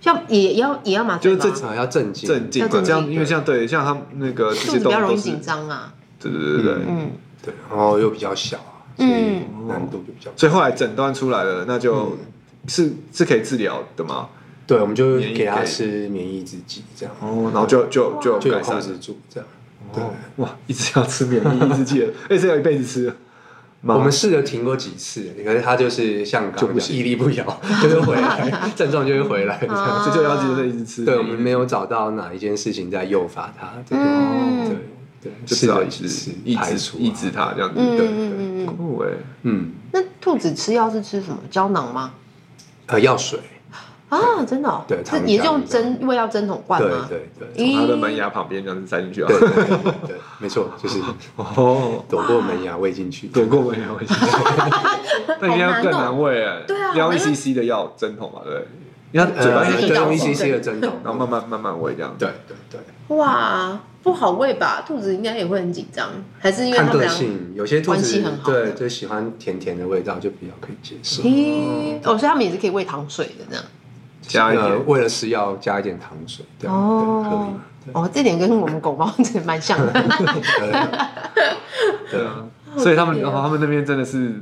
B: 像也也要也要麻醉吧？
A: 就是这
C: 啊，要镇静，
A: 镇静
B: 要镇
A: 嘛，
B: 静
A: 这样因为像对像他们那个这
B: 兔
A: 些
B: 子比
A: 动
B: 较
A: 物
B: 容
A: 都
B: 易
A: 是，
B: 紧张啊。
A: 对对对对对，
B: 嗯，
C: 对，然后又比较小啊，所以
A: 哦
B: 嗯
C: 难度就比较高。
A: 所以后来诊断出来了，那就是是可以治疗的嘛，
C: 对，我们就
A: 免疫
C: 给他
A: 给
C: 吃免疫制剂，这样
A: 哦，然后就就就
C: 就有
A: 改善
C: 控
A: 了
C: 制住这样。对，
A: 哦，哇，一直要吃免疫，一直记得，哎，这要一辈子吃。
C: 我们试着停过几次，可是他就是像
A: 就不
C: 刚刚讲
A: 行
C: 屹立不摇，就是回来症状就会回来。这样
B: 啊
A: 这就要记得一直吃。
C: 对，我们没有找到哪一件事情在诱发他，这就
B: 嗯
C: 对对，
A: 就是要一
C: 试
A: 直
C: 着吃
A: 抑
C: 排
A: 制
C: 除啊
A: 抑制它这样子。
B: 嗯
C: 对
B: 嗯嗯嗯。
A: 酷哎，
C: 嗯，
B: 那兔子吃药是吃什么胶囊吗？
C: 呃，药水。
B: 啊，真的、哦，
C: 对
B: 这
C: 长
B: 也是
C: 江
B: 用
C: 这样
B: 针喂药针筒灌
C: 对
B: 吗？
C: 对对
B: 咦
A: 从他的门牙旁边这样子塞进去啊。
C: 对对对对对，没错，就是
A: 哦，
C: 躲过门牙喂进去，
A: 躲过门牙，我记得那应该更难喂哎。
B: 对啊
A: 要
B: 好
A: 一
B: 难
A: cc 的药针筒嘛，对不对。因为它
C: 呃，
A: 嘴巴
B: 是
A: 先
B: 一
C: 对
B: 道
C: 用
B: 缝
C: 一 cc 的针筒，
A: 然后慢慢慢慢喂这样。
C: 对对对，
B: 哇，不好喂吧？兔子应该也会很紧张，还是因为他
C: 看
B: 们
C: 个
B: 俩？
C: 性，有些兔
B: 关系
C: 子
B: 很好
C: 对就喜欢甜甜的味道，就比较可以接受。
B: 咦，哦，所以他们也是可以喂糖水的这样。
A: 加一点
C: 呃为了吃药加一点糖水，对，
B: 哦
C: 对
B: 哦，这点跟我们狗猫 真的嗯蛮像的。
C: 可以呃，
A: 对啊，所以他们
B: 特别哦
A: 然后他们那边真的是，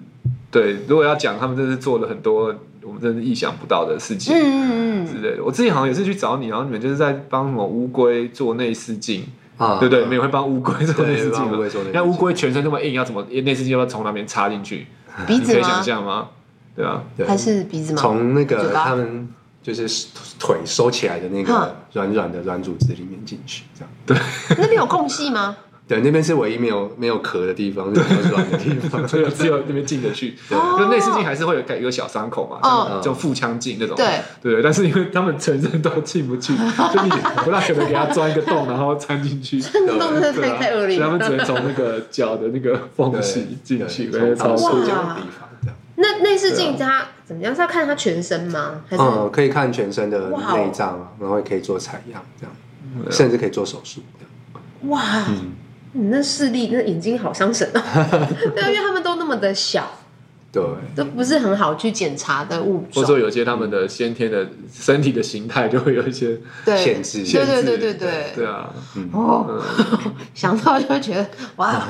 A: 对，如果要讲，他们真的是做了很多我们真的是意想不到的事情
B: 嗯
A: 之
B: 嗯
A: 类的。我自己好像也是去找你，然后你们就是在帮什么乌龟做内视镜，
C: 啊
A: 对不对？你们也会帮乌龟做内视
C: 对
A: 镜
C: 帮乌
A: 吗
C: 龟做内视？镜
A: 那乌龟全身那么硬，要怎么内视镜要不要从哪边插进去？
B: 嗯，鼻
A: 你可
B: 子
A: 以想
B: 吗？
A: 象吗？对啊，
C: 对
B: 还是鼻子吗？
C: 从那
B: 嘴
C: 个
B: 巴
C: 他们就是腿收起来的那
B: 哼
C: 个软软的软组织里面进去，这样。
B: 那边有空隙吗？
C: 对，那边是唯一没有没有壳的地方，是比较软的地 方。
A: 只有只有那边进得去，
B: 哦
A: 就内视镜还是会有一个小伤口嘛，
B: 嗯
A: 像就腹腔镜那种，
B: 对
A: 对，但是因为他们全身都进不 去，就你不大可能给他钻一个洞然后穿进去，
B: 那动真的
A: 对
B: 太
A: 啊
B: 太恶
A: 所以
B: 劣
A: 他们只
B: 了。
A: 能从那个脚的那个缝
C: 对
A: 隙进去，
C: 对
A: 而且
C: 从
A: 超
C: 手
A: 酷
C: 这
B: 哇
C: 样的地方，这样。
B: 那内
A: 啊
B: 视镜它怎么样？是要看它全身吗？还是
C: 嗯，可以看全身的
B: 哇哦
C: 内脏啊，然后也可以做采样，这样，
A: 嗯
C: 甚至可以做手术，这样。
B: 哇，你那视力、那眼睛好伤神啊！ 对啊，因为他们都那么的小，
C: 对，
B: 都不是很好去检查的物
A: 或者说
B: 种。
A: 有些他们的先天的身体的形态就会有一些，
B: 对，
C: 限制
B: 对对对对
A: 限制
B: 对
A: 对啊，
B: 哦，想到就会觉得 哇，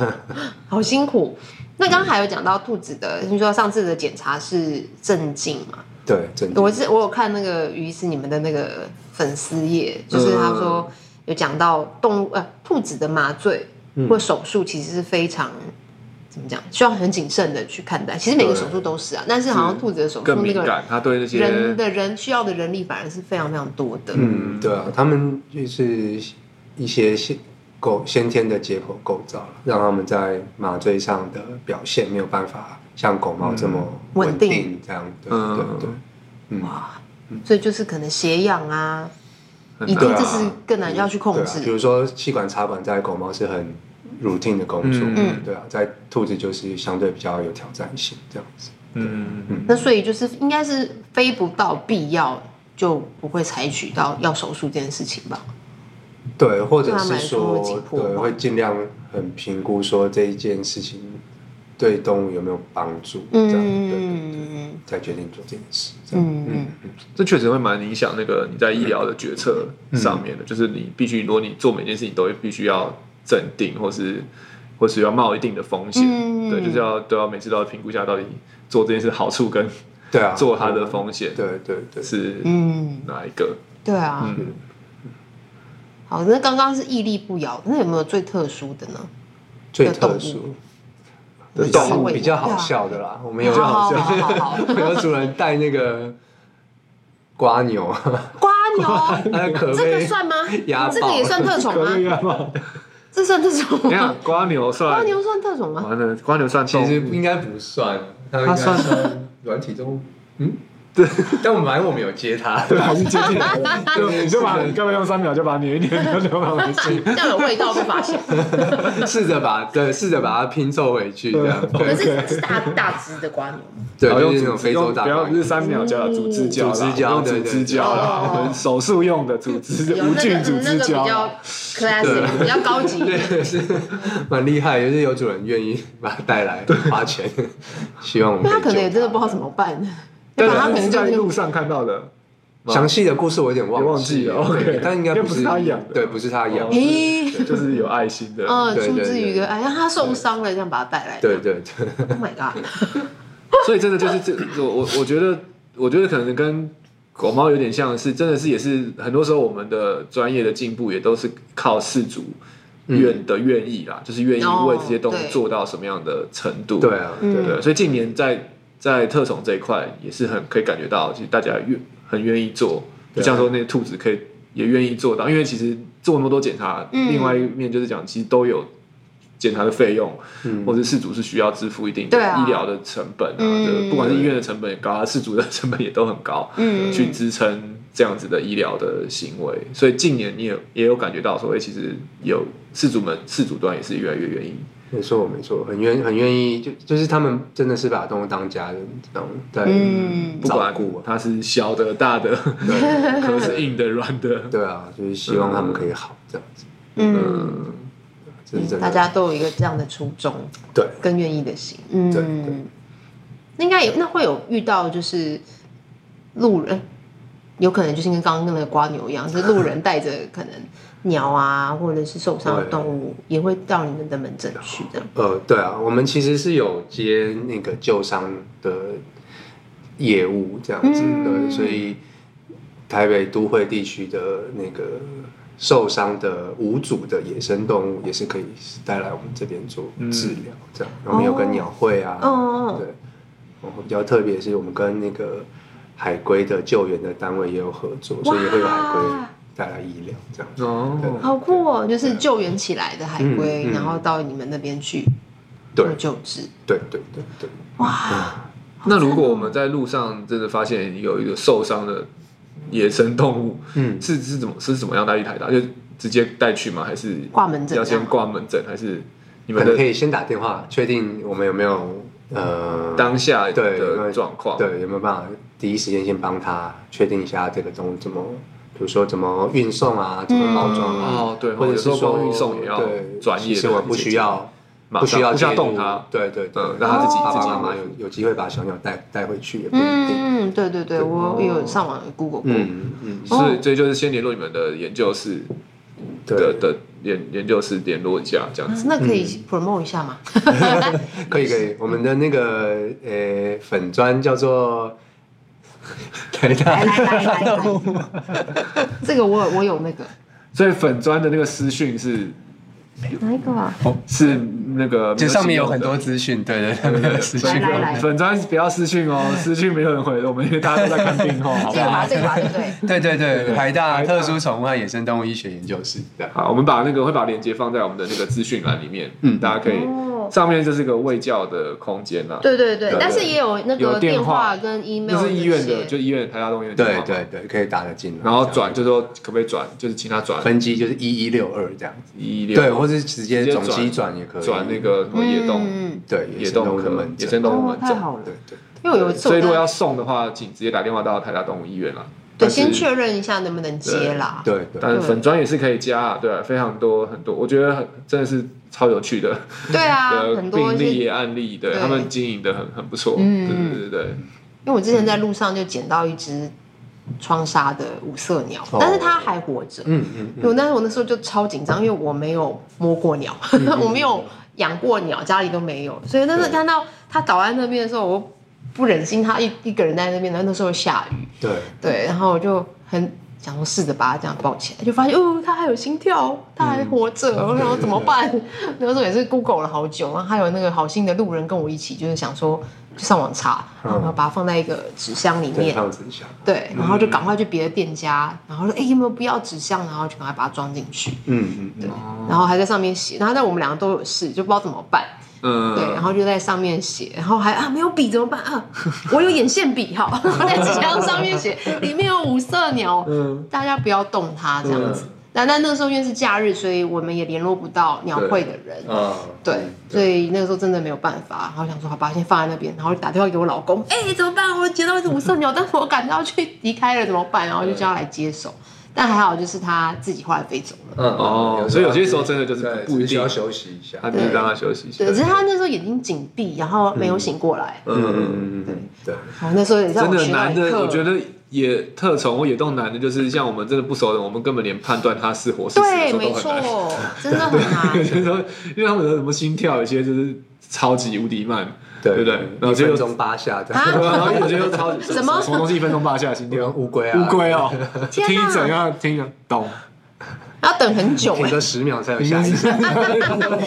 B: 好辛苦。那刚刚还有讲到兔子的，你说上次的检查是镇静嘛？
C: 对，真的
B: 我是我有看那个于是你们的那个粉丝页，就是他
C: 嗯
B: 说有讲到动物呃兔子的麻醉
C: 嗯
B: 或手术其实是非常。怎么讲？需要很谨慎的去看待。其实每个
C: 对
B: 手术都是啊，但是好像兔子的手术
A: 更
B: 那
A: 敏
B: 个
A: 感，他对那些
B: 人的人需要的人力反而是非常非常多的。
C: 嗯，对啊，他们就是一些先构先天的解剖构造了，让他们在麻醉上的表现没有办法像狗猫这么
B: 嗯
C: 稳定,、
B: 稳定
C: 这样，对
A: 嗯
C: 对对，嗯，
B: 所以就是可能血氧啊，
A: 很
B: 一定
A: 难
C: 对啊
B: 这是更难要去控
C: 对啊，比
B: 制。
C: 如说气管插管在狗猫是很 routine 的工作，
A: 嗯
C: 对啊，在兔子就是相对比较有挑战性这样子，
A: 嗯，
B: 那所以就是应该是非不到必要就不会采取到要手术这件事情吧？
C: 对，或者
B: 对他们
C: 是
B: 来说会紧
C: 说，
B: 迫
C: 对，
B: 吗
C: 会尽量很评估说这一件事情对动物有没有帮助，这样，对对对，
B: 嗯
C: 才决定做这件事，这样。
B: 嗯嗯，
A: 这确实会蛮影响那个你在医疗的决策
C: 嗯
A: 上面的，就是你必须，如果你做每件事情都会必须要镇定，或是或是要冒一定的风险，
B: 嗯
A: 对，就是要都要每次都要评估一下到底做这件事好处跟
C: 对啊，
A: 做它的风险
C: 对对对，
A: 是
B: 嗯，
A: 哪一个，
B: 对啊。
A: 嗯
B: 好，那刚刚是屹立不摇，那有没有最特殊的呢？
C: 最特殊。
B: 的
C: 比
B: 动
C: 较
B: 物
C: 比较好笑的啦，我们有
B: 好好啊好 好好好
C: 有主人带那个 瓜牛，
B: 瓜牛，
C: 它的壳
B: 这个
C: 被
B: 算吗
C: 压？爆
B: 这个也算特种
D: 可以
B: 吗？
D: 啊嘛，
B: 这算特种
A: 你看
B: 吗？
A: 瓜牛算
B: 嗯瓜牛算特种吗？
A: 完了，瓜牛算
C: 其
A: 动
C: 实
A: 物
C: 应该不算，它
A: 算
C: 算软体中，嗯，对，但我们反正我们有接它，
D: 对，还是接近来了，就 你就把
C: 是的
D: 你干嘛用三秒就把你一点就流放回去，
B: 这样有味道被发现，
C: 试着把对，试着把它拼凑回去这样，
B: 可是是大大只的瓜牛吗。
C: 对，
A: 然后
C: 就
A: 用
C: 是那种
A: 组织
C: 非洲
A: 用
C: 大
A: 不要
C: 瓜
A: 不是三秒胶啦，组织胶啦，
C: 组织胶
A: 用
C: 对
A: 组
C: 对
A: 织胶啦，
B: 对
A: 我们手术用的组织
B: 有
D: 无
B: 那个
D: 菌组
B: 嗯那
D: 织
B: 个比
D: 胶
B: 较
D: 啊
B: classic，比较高级一点。
C: 对，是 蛮厉害，就是有主人愿意把它带来花钱， 希望我们
B: 那他
C: 以
B: 可能也
C: 救
B: 真的不知道怎么办，要把他可
A: 是
B: 能
A: 在
B: 就
A: 路
B: 是
A: 上看到的，
C: 详细的故事我有点忘
A: 也忘记了
C: 对
A: OK
C: 但应该
D: 因为不是他养的
C: 对，不是他养的，
B: 哦嘿，
A: 就是有爱心的，
B: 嗯，
C: 对对
B: 出
C: 对
B: 自于一个哎，让他受伤了，这样把他带来。
C: 对对对，
B: ，Oh my god，
A: 所以真的就是这，我我我觉得，我觉得可能跟狗猫有点像是，真的是也是很多时候我们的专业的进步也都是靠饲主愿的愿意啦，就是愿意
B: 嗯哦
A: 为这些动物
B: 对
A: 做到什么样的程度，
C: 对啊，
B: 嗯
C: 对
A: 对，所以近年在在特宠这一块也是很可以感觉到，其实大家愿很愿意做，就
C: 对啊
A: 像说那些兔子可以也愿意做到，因为其实做那么多检查，
B: 嗯
A: 另外一面就是讲，其实都有检查的费用，
C: 嗯
A: 或者饲主是需要支付一定的
B: 对啊
A: 医疗的成本啊，
B: 嗯
A: 对不管是医院的成本也高啊，饲主的成本也都很高，啊
B: 嗯
A: 去支撑这样子的医疗的行为。所以近年你也也有感觉到说，哎、其实有饲主们饲主端也是越来越愿意。
C: 没错没错，很愿很愿意，就就是他们真的是把动物当家人，然后在
B: 嗯
A: 不管
C: 照顾啊
A: 它是小的、大的， 壳是硬的、软的，
C: 对啊，就是希望他们可以好这样子，
B: 嗯，
C: 这是真的。
B: 大家都有一个这样的初衷
C: 对，
B: 跟愿意的心，嗯，
C: 对对
B: 那应该有那会有遇到就是路人，有可能就是跟刚刚那个瓜牛一样，就是路人带着可能鸟啊，或者是受伤的动物，也会到你们的门诊去的，
C: 呃，对啊，我们其实是有接那个救伤的业务这样子，
B: 嗯
C: 对，所以台北都会地区的那个受伤的无主的野生动物也是可以带来我们这边做治疗，这样，我们有跟鸟会啊，
B: 嗯哦
C: 对，然后比较特别是我们跟那个海龟的救援的单位也有合作，所以也会有海龟
B: 哇
C: 带来医疗这样子。
A: 哦
C: 对
B: 好酷哦！就是救援起来的海龟，
C: 嗯嗯
B: 然后到你们那边去
C: 对
B: 做救治，
C: 对对对对，
B: 哇！
A: 那如果我们在路上真的发现有一个受伤的野生动物，
C: 嗯，
A: 是是怎么是怎么样带去台大？就直接带去吗？还是
B: 挂门诊
A: 要
B: 这
A: 先
B: 样
A: 挂门诊？还是你
C: 可
A: 们
C: 能可
A: 的
C: 以先打电话确定我们有没有呃
A: 当下
C: 对有没
A: 的
C: 有
A: 状况？，
C: 对有没有办法第一时间先帮他确定一下这个东西怎么，比如说怎么运送啊，怎么包装啊，
A: 哦，对，
C: 或者
A: 有时
C: 是
A: 候
C: 说
A: 光运送也要
C: 对
A: 专业
C: 其实
A: 的，
C: 我不需，要。
A: 马
C: 不需
A: 上不
C: 要
A: 需要
C: 介入
A: 动它，
C: 对对对
A: 嗯，让它自己
C: 爸
A: 自
C: 爸
A: 己
C: 妈妈有有机会把小鸟带带回去也不一定。
B: 嗯，对对对，我
C: 哦
B: 有上网 Google 过，
C: 嗯嗯，
A: 所以这就是先联络你们的研究室的
C: 对，
A: 的研研究室联络一下，这样子。
B: 那可
A: 嗯
B: 以 promote 一下吗？
C: 可以可以，我们的那个呃粉砖叫做台
B: 来来
C: 大
B: 来来来，这个我有我有那个
A: 所以粉砖的那个私讯是
B: 哪一个啊？
A: 是那个，
C: 就哦上面有很多资讯，对对对，没有资讯
B: 来。来来，
A: 粉砖不要私讯 哦，私讯没有人回的，我们因为大家都在看病哦号，好
B: 这
A: 不
B: 个
A: 好
B: 吧，？这个吧，对不对？
C: 对对对，台大
A: 台大
C: 特殊宠物和野生动物医学研究室这样。
A: 好，我们把那个会把链接放在我们的那个资讯栏里面，
C: 嗯
A: 大家可以、
B: 哦
A: 上面就是一个卫教的空间啦，
B: 对对对
A: 对，
B: 但是也有那
A: 有
B: 个
A: 电
B: 电
A: 话
B: 话跟 email，
A: 那是医院
B: 这
A: 的，
B: 些
A: 就医院台大动医院的电
C: 对
A: 话
C: 对对，可以打得进来。
A: 然后
C: 这样
A: 转就说可不可以转，就是请他转
C: 分机就是一一六二这样子，
A: 一六
C: 对，或是直接
A: 直接
C: 总
A: 转
C: 机转也可以，
A: 转那个什么野动
B: 嗯，
C: 对
A: 野
C: 生动
A: 动
C: 物的
A: 科
C: 门
A: 野
C: 诊
A: 生动物
B: 哦，
A: 门
B: 太
A: 诊，
B: 好了
C: 对，对
B: 因为有一次
A: 所以
B: 我
A: 如果要
B: 跟
A: 送的话，请直接打电话到台大动物医院啦。
B: 对
A: 但是
B: 先确认一下能不能接啦。
C: 对对
A: 但
C: 对，
A: 是粉砖也是可以加啊，对啊，非常多很多，我觉得很真的是超有趣的
B: 对啊，
A: 的
B: 很多
A: 病
B: 是
A: 例案例，对
B: 对
A: 他们经营的很很不错，
B: 嗯
A: 对对对对。
B: 因为我之前在路上就捡到一只窗纱的五色鸟，
C: 哦
B: 但是它还活着。
C: 嗯嗯嗯，
B: 我但是我那时候就超紧张，因为我没有摸过鸟， 我没有养过鸟，家里都没有，所以那时候
C: 嗯对
B: 看到它倒在那边的时候，我又不忍心它一一个人在那边，然后那时候下雨，
C: 对，
B: 对，然后我就很想说试着把它这样抱起来，就发现哦，它还有心跳，它还活着，
C: 嗯
B: 然后想说怎么办？那时候也是 Google 了好久，然后还有那个好心的路人跟我一起，就是想说就上网查，
C: 嗯
B: 然后把它放在一个纸箱里
C: 再
B: 面，
C: 放纸箱，嗯
B: 对，然后就赶快去别的店家，然后说哎有没有不要纸箱，然后就赶快把它装进去，
C: 嗯嗯
B: 然后还在上面写，然后但我们两个都有事，就不知道怎么办。
A: 嗯，
B: 对，然后就在上面写，然后还啊没有笔怎么办啊？ 我有眼线笔哈，我 在纸箱上 面写，里面有五色鸟，
A: 嗯
B: 大家不要动它这样子。那但那个时候因为是假日，所以我们也联络不到鸟会的人，
C: 嗯，啊，
B: 对，所以那个时候真的没有办法，然后想说好吧，先放在那边，然后打电话给我老
A: 嗯
B: 公，哎、怎么办？我捡到一只五色鸟，但是我赶着要去离开了，怎么办？然后就叫他来接手，
A: 嗯
B: 但还好就是他自己后来飞走了。
C: 嗯
A: 哦所以有些时候真的就是
C: 对
A: 不一定
C: 只需要休息一下，
A: 他就
C: 嗯
A: 是让他休息一下
B: 对，。只是他那时候眼睛紧闭，然后没有醒过来。
C: 嗯嗯嗯，对，
B: 然后那时候也
A: 真
B: 让我
A: 的
B: 学到
A: 难
B: 一
A: 的，
B: 课
A: 我觉得野特宠或野动难的，就是像我们真的不熟的，我们根本连判断它是活是死的
B: 对，
A: 时候
B: 没
A: 都很难。
B: 错，真的很
A: 有
B: 难。
A: 些时候，因为他们的什么心跳，有些就是超级无敌慢，
C: 对
A: 对不对？然后
C: 一
A: 就
C: 分钟八下这
B: 啊
C: 样，
A: 然后有些又超级
B: 什么
A: 什么东西一分钟八下心跳，
C: 乌龟啊，
A: 乌龟哦，
B: 天哪
A: 听怎样听啊，懂。
B: 要等很 久
C: 停
B: 哎、
C: 个十秒才有下一次。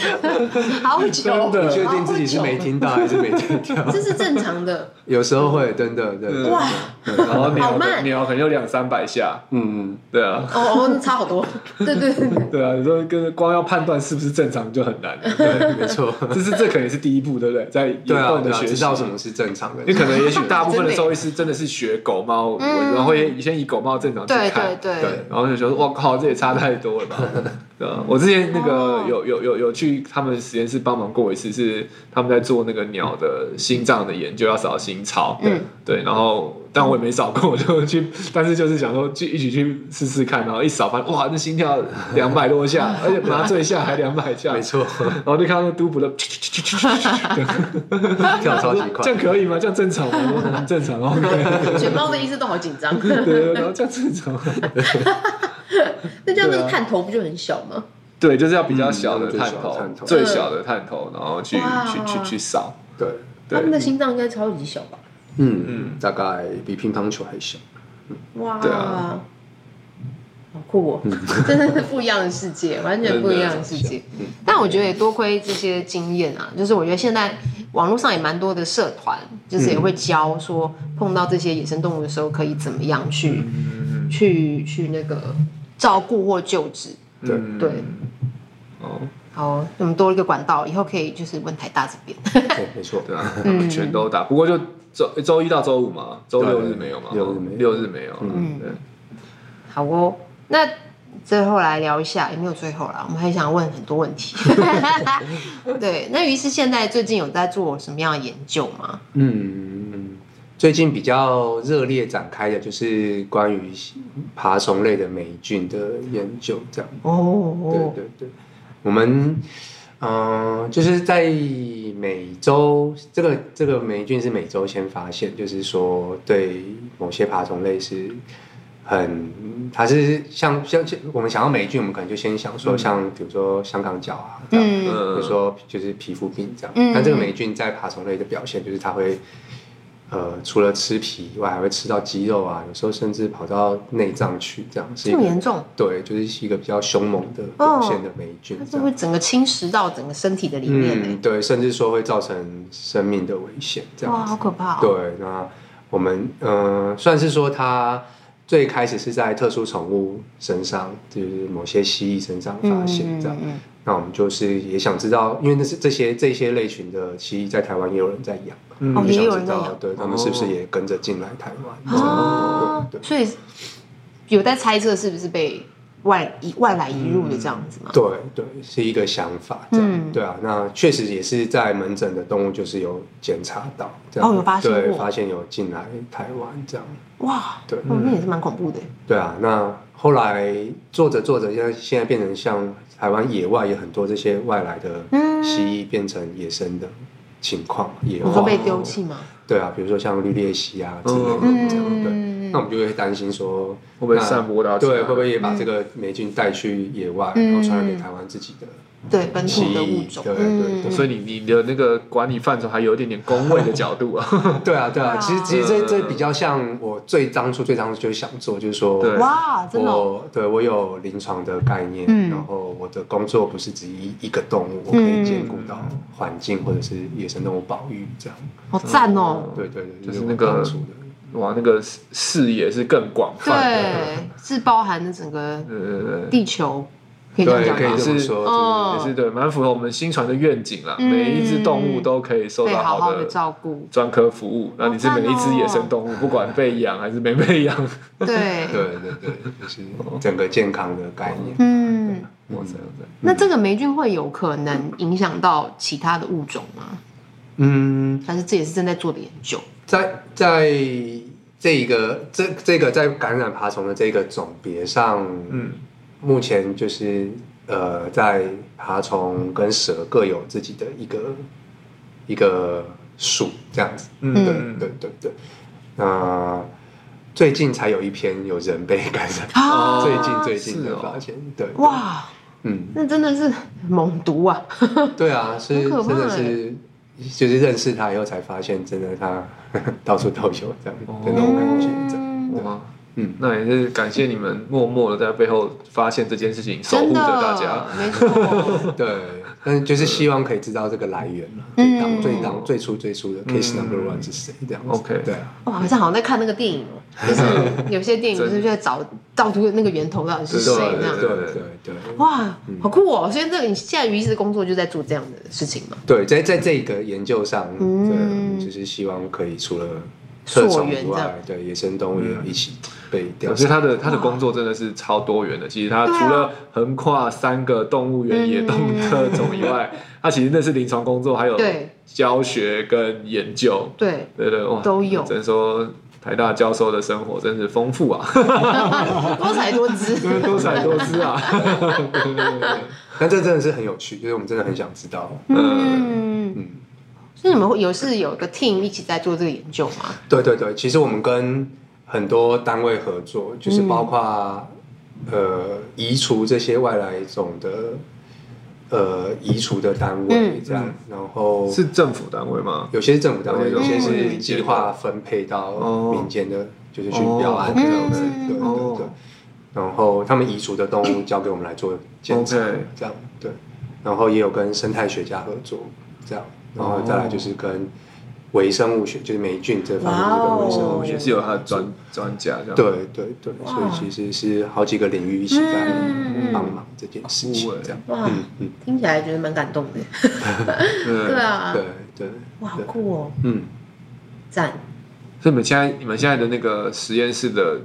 B: 好久
A: 真的
C: 你确定自己是没听到还是没听 到？
B: 这是正常的。
C: 有时候会，真的，对，
A: 哇
C: 对，对
A: 然后鸟
B: 好慢
A: 鸟可能有两三百下，
C: 嗯，
A: 对啊，
B: 哦哦，差好多。对对对对，
A: 对啊，你说跟光要判断是不是正常就很难了，对，
C: 嗯 没错，
A: 这是这可能也是第一步，对不对？在演
C: 对啊，
A: 动
C: 对
A: 的
C: 啊
A: 学
C: 知
A: 习，
C: 道什么是正常的，
A: 你可能也许大部分
B: 真的
A: 的
B: 耶
A: 兽医师真的是学狗猫为
B: 嗯
A: 主，然后也先以狗猫正常去
B: 对
A: 看，
B: 对对
C: 对
A: 然后就觉得哇靠，这也差太多了吧？ 对啊，我之前那
B: 哦
A: 个有有有有去他们实验室帮忙过一次，是他们在做那个鸟的心脏的研究，要扫心槽，
B: 嗯
A: 对，然后但我也没扫过， 我就去，但是就是想说去一起去试试看，然后一扫发现哇，那心跳两百多下，而且麻醉下还两百下，
C: 没错，
A: 然后就看到那都捕的，
C: 跳超级
A: 这
C: 快
A: 样，可以吗？这样正常吗？我说嗯正常，OK，
B: 全猫的医生都好紧张。
A: 对对，然后这样正常。
B: 那这样那
A: 对
B: 个
A: 啊
B: 探头不就很小吗？
A: 对，就是要比较小的
C: 嗯
A: 探
C: 最小的探
A: 头，
C: 头
A: 最小的探头，然后去
B: 哇哦
A: 去去去扫。
C: 对，
A: 对
B: 他们的心脏应该超级小吧？
C: 嗯
A: 嗯
C: 嗯，大概比乒乓球还小，
B: 哇，
A: 对啊嗯
B: 好酷哦！ 真的是不一样的 世界，完全不一样的世界。但我觉得也多亏这些经验啊，就是我觉得现在网络上也蛮多的社团，就是也会教说碰到这些野生动物的时候可以怎么样去、
A: 嗯
B: 去去那个照顾或救治。
C: 对
A: 嗯
B: 对，
A: 哦，
B: 好，那么多一个管道，以后可以就是问台大这边。
C: 对，没错，
A: 对啊，
B: 嗯
A: 全都打。不过就周周一到周五嘛，周六日没有嘛，
C: 对六日没有
A: 六日没有。啊
C: 嗯
A: 对，
B: 好哦，那最后来聊一下，也没有最后啦，我们还想问很多问 题。对，那于是现在最近有在做什么样的研究吗？
C: 嗯，最近比较热烈展开的就是关于爬虫类的霉菌的研究，这样。
B: 哦哦，
C: 对对对，我们嗯、呃就是在每周这个这个霉菌是每周先发现，就是说对某些爬虫类是很，它是像像像我们想要霉菌，我们可能就先想说像比如说香港脚啊，这样
B: 嗯
C: 比如说就是皮肤病这样。
B: 嗯
C: 但这个霉菌在爬虫类的表现就是它会，呃，除了吃皮以外，还会吃到肌肉啊，有时候甚至跑到内脏去，这样是一
B: 这么严
C: 个
B: 重，
C: 对，就是一个比较凶猛的表现的霉菌
B: 哦它
C: 这
B: 就
C: 样。
B: 会整个侵蚀到整个身体的里面
C: 嗯，
B: 呢。
C: 对，甚至说会造成生命的危险这
B: 哇，
C: 样子
B: 好。可怕、哦！
C: 对，那我们呃，算是说它最开始是在特殊宠物身上，就是某些蜥蜴身上发现这样。
B: 嗯嗯
C: 那我们就是也想知道，因为那是这些这些类群的蜥蜴在台湾也有人在养，
A: 嗯
B: 哦
C: 我
B: 也
C: 们
B: 有人
C: 想知
B: 在
C: 道
B: 养
C: 对他们是不是也跟着进来台湾？
B: 啊
C: 哦对，对
B: 所以有在猜测是不是被外移外来移
C: 嗯
B: 入的这样子吗？
C: 对对，是一个想法这样。
B: 啊嗯
C: 对啊，那确实也是在门诊的动物就是有检查到这样，
B: 哦有发现
C: 对，
B: 过
C: 发现有进来台湾这样。
B: 哇，
C: 对
B: 哦，那也是蛮恐怖的。
C: 对啊，那后来做着做着，现在现在变成像台湾野外也很多这些外来的
B: 嗯
C: 蜥蜴变成野生的情况，野
B: 你说
C: 化
B: 被丢弃吗？
C: 对啊，比如说像绿鬣蜥啊之类的
A: 嗯
C: 这样，对。
B: 嗯
C: 那我们就会担心说，
A: 会不会
C: 那
A: 散播到其他
C: 对，
A: 人
C: 会不会也把这个霉菌带去野外，
B: 嗯
C: 然后传染给台湾自己的？
B: 对本土的
C: 蜥
B: 物
C: 蜴
B: 种，
C: 对对对
B: 嗯
A: 所以你你的那个管理范畴还有一点点工位的角度啊。
C: 对啊，对
B: 对啊
C: 啊，其实其实这
A: 嗯
C: 这比较像我最当初最当初就想做，就是说，
A: 对
B: 哇，真的哦、
C: 我对我有临床的概念，
B: 嗯
C: 然后我的工作不是只一一个动物，我可以兼顾到
B: 嗯
C: 环境或者是野生动物保育这样。
B: 好赞哦、
C: 对对对，
A: 就是
C: 我
A: 那个
C: 当初的
A: 哇，那个视视野是更广泛的。
B: 对，是包含了整个
A: 对对对对。
B: 地球，可以这
C: 对，
B: 样
C: 可以
B: 讲吧？
C: 这么
A: 是
C: 说，
B: 哦
C: 就是
A: 也是对，蛮符合我们新传的愿景啦。
B: 嗯
A: 每一只动物都可以受
B: 被
A: 到
B: 好好
A: 的
B: 的
A: ，
B: 照哦顾
A: 专科服务，那你是每一只野生动物，不管被养还是没被养，
B: 对，
C: 对对对，就是整个健康的概念。
B: 嗯，
A: 哇塞哇塞！
B: 那这个霉菌会有可能影响到其他的物种吗？
C: 嗯，
B: 但是这也是正在做的研究，
C: 在在这一个这这个在感染爬虫的这个种别上，
A: 嗯，
C: 目前就是呃，在爬虫跟蛇各有自己的一个一个属这样子，
A: 嗯
C: 对
B: 嗯
C: 对对对，那、最近才有一篇有人被感染，
B: 啊
C: 最近最近
A: 是
C: 的
A: 哦
C: 发现，对，对，
B: 哇，
C: 嗯，
B: 那真的是猛毒啊！
C: 对啊，是
B: 很可怕
C: 真的
B: 欸
C: 是，就是认识
B: 哦
C: 他以后才发现，真的他到处都有这样的那种感觉，这样。
B: 嗯
A: 哇，
C: 嗯，
A: 那也是感谢你们默默的在背后发现这件事情，守护
B: 真
A: 着
B: 的，
A: 大家。
B: 没错，
C: 对，但是就是希望可以知道这个来源嘛，
B: 嗯
C: 最当最当最初最初的 case number one 是谁这样子
A: OK
C: 对啊，
B: 哇，好像好像在看那个电影哦，就是有些电影就是就在找到底那个源头到底是谁
A: 对
B: 那样
C: 对。
A: 对
C: 对对
B: 哇，好酷哦！所以那个你现在于医师的工作就在做这样的事情嘛？
C: 对，在在这个研究上，
B: 嗯
C: 对，就是希望可以除了
B: 溯
C: 特种
B: 源
C: 以
B: 这样
C: 外，对野生动物也要一起被调
A: 我觉得
C: 查。
A: 他的他的工作真的是超多元的。其实他
B: 对啊嗯
A: 除了横跨三个动物园、野动特种以外，他其实那是临床工作，还有
B: 对
A: 教学跟研究。
B: 对，
A: 对对，哇，
B: 都有
A: 只能说台大教授的生活真是丰富 啊，
B: 多才多姿。
A: 多彩多姿啊。
C: 但这真的是很有趣，就是我们真的很想知道，
B: 嗯，
C: 嗯，
B: 所以你们会有是有一个 team 一起在做这个研究吗？
C: 对对对，其实我们跟很多单位合作，就是包括、呃移除这些外来种的呃移除的单位
B: 嗯
C: 这样，然后
A: 是政府单位吗？
C: 有些是政府单位，
A: 嗯
C: 有些是计划分配到
A: 哦
C: 民间的，就是去
A: 哦
C: 标案这
A: 嗯
C: 样子，对对
A: 哦
C: 对。然后他们移除的动物交给我们来做检查
A: OK，
C: 这样对。然后也有跟生态学家合作，这样，然后再来就是跟微生物学，就是霉菌这方面
B: 哇哦
C: 的微生物学
A: 也是有他的专专家这样。
C: 对对对，
B: 哇
C: 所以其实是好几个领域一起在
B: 嗯
C: 帮忙这件事情
A: 酷欸，
C: 这样，
B: 哇，
C: 嗯嗯，
B: 听起来觉得蛮感动的。
A: 对
B: 对啊
C: 对，对，
B: 哇，好
C: 对，
B: 酷哦，
C: 嗯，
B: 赞！
A: 所以你们现在你们现在的那个实验室的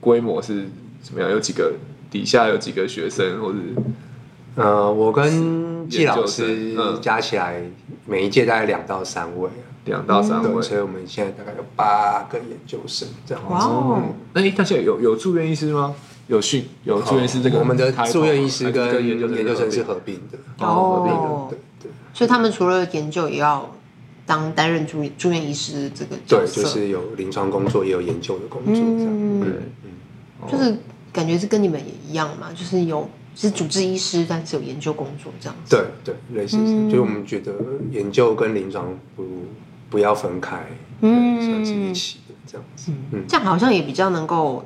A: 规模是怎么样？有几个底下有几个学生，或者
C: 呃，我跟季老
A: 研
C: 师
A: 究生嗯
C: 加起来每一届大概两到三位，
A: 两到三位
C: 对，？所以我们现在大概有八个研究生这样子。
B: 哇哦，
A: 那诶他现在有有住院医师吗？有训有住院医师这个 title 吗，
C: 我们的住院医师
A: 还是
C: 跟
A: 研究
C: 研究生是
A: 合
C: 合并的，
A: 哦
C: 对
B: 哦
C: 对对
B: 所以他们除了研究，也要当担任住住院医师这个角
C: 对，
B: 色，
C: 就是有临床工作，也有研究的工作这样。
B: 嗯，
A: 对
B: 就
A: 哦
B: 是感觉是跟你们也一样嘛，就是有是主治医师，但是有研究工作这样子。
C: 对对，类似，
B: 嗯
C: 就是我们觉得研究跟临床不不要分开，
B: 嗯
C: 对算是一起的这样子。嗯，
B: 这样好像也比较能够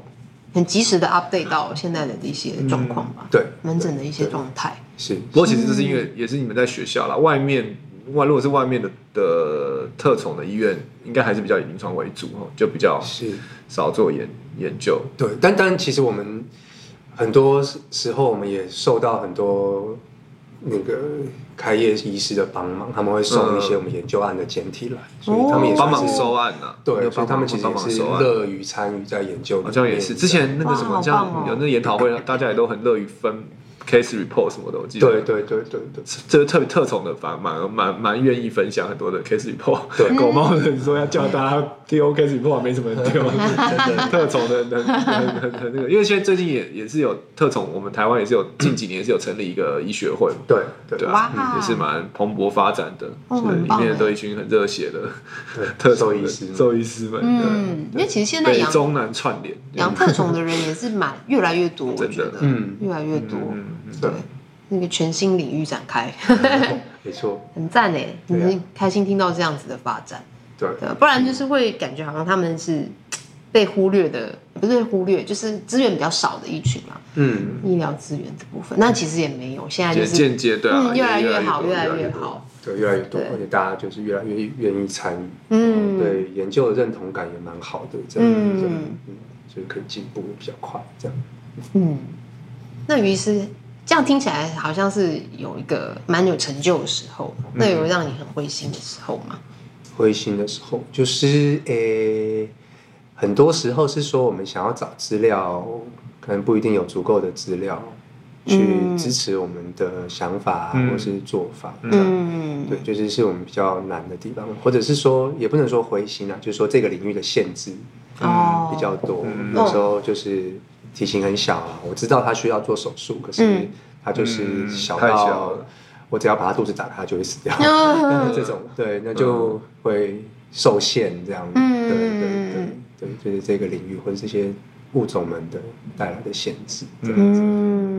B: 很及时的 update 到现在的一些状况
A: 嗯
B: 吧，
C: 对，
B: 门诊的一些
C: 对
B: 状态。
C: 是
A: 不过其实这是因为也是你们在学校啦，外面外如果是外面的的特宠的医院，应该还是比较以临床为主哦，就比较
C: 是。
A: 少做研研究。
C: 对，但但其实我们很多时候我们也受到很多那个开业医师的帮忙，他们会送一
B: 嗯
C: 些我们研究案的简体来，所
B: 哦
C: 以他们也
A: 帮
C: 算
A: 忙
C: 是
A: 收案呐、啊，
C: 对，
A: 有帮
C: 所以他们
A: 忙
C: 其实
A: 帮
C: 也
A: 忙
C: 是
A: 收案。
C: 乐于参与在研究里面，
A: 好像也是，之前那个什
B: 哇
A: 么，
B: 好棒哦
A: 像有那个研讨会，大家也都很乐于分 case report 什么的，我记得。
C: 对对对对对
A: 这个特别特宠的，反而蛮蛮蛮愿意分享很多的 case report。
C: 对
A: 狗猫的说要叫大家丢 case report，没什么人丢。特宠的很很很很 那个，因为现在最近也也是有特宠，我们台湾也 是有近几年也是有成立一个医学会嘛。
C: 对对
A: 对
C: 对
A: 啊，
B: 哇
A: 嗯也是蛮蓬勃发展的，
B: 哦
A: 所以
B: 很
A: 里
B: 棒
A: 面
B: 哎
A: 都一群很热血的
C: 对，
A: 特
C: 兽
A: 宠
C: 医
A: 的
C: 师，
A: 兽医师们，对
B: 嗯，因为其实现在
A: 北
B: 养
A: 中南串联，
B: 养特种的人也是蛮越来越多，我
A: 真的
B: 觉得，
C: 嗯
B: 越来越多，
A: 嗯嗯
B: 对，那个全新领域展开，
C: 没错，
B: 很赞呢，
C: 对啊
B: 很开心听到这样子的发展，
C: 对
B: 对，啊不然就是会感觉好像他们是被忽略的，不是被忽略，就是资源比较少的一群嘛，
C: 嗯，
B: 医疗资源这部分，那其实也没有，现在就
A: 也
B: 是
A: 间接对啊，
B: 嗯，越来
A: 越
B: 越好，
A: 多
B: 越来
A: 越
B: 越
A: 多
B: 好，
C: 对，越来越多，
B: 对
C: 而且大家就是越来越愿意参与，
B: 嗯
C: 对，研究的认同感也蛮好的，这样，
B: 嗯
C: 对嗯，所以可以进步比较快，这样。
B: 嗯，那于是这样听起来好像是有一个蛮有成就的时候，那有让你很灰心的时候吗？
C: 灰心的时候，就是诶、很多时候是说我们想要找资料，可能不一定有足够的资料去
B: 嗯
C: 支持我们的想法、啊
A: 嗯
C: 或是做法。
B: 嗯，
C: 对，就是是我们比较难的地方，或者是说，也不能说灰心啊，就是说这个领域的限制
B: 哦，
C: 比较多，
A: 嗯
C: 有时候就是体型很小啊，我知道他需要做手术，可是
B: 嗯
C: 他就是小
A: 太小
C: 到
A: 了
C: 我只要把他肚子打开，他就会死掉。
B: 嗯
C: 这种对，那
A: 嗯
C: 就会受限这样。
B: 嗯
C: 对对对对，就是这个领域或者这些物种们的带来的限制。
A: 嗯
B: 嗯
A: 啊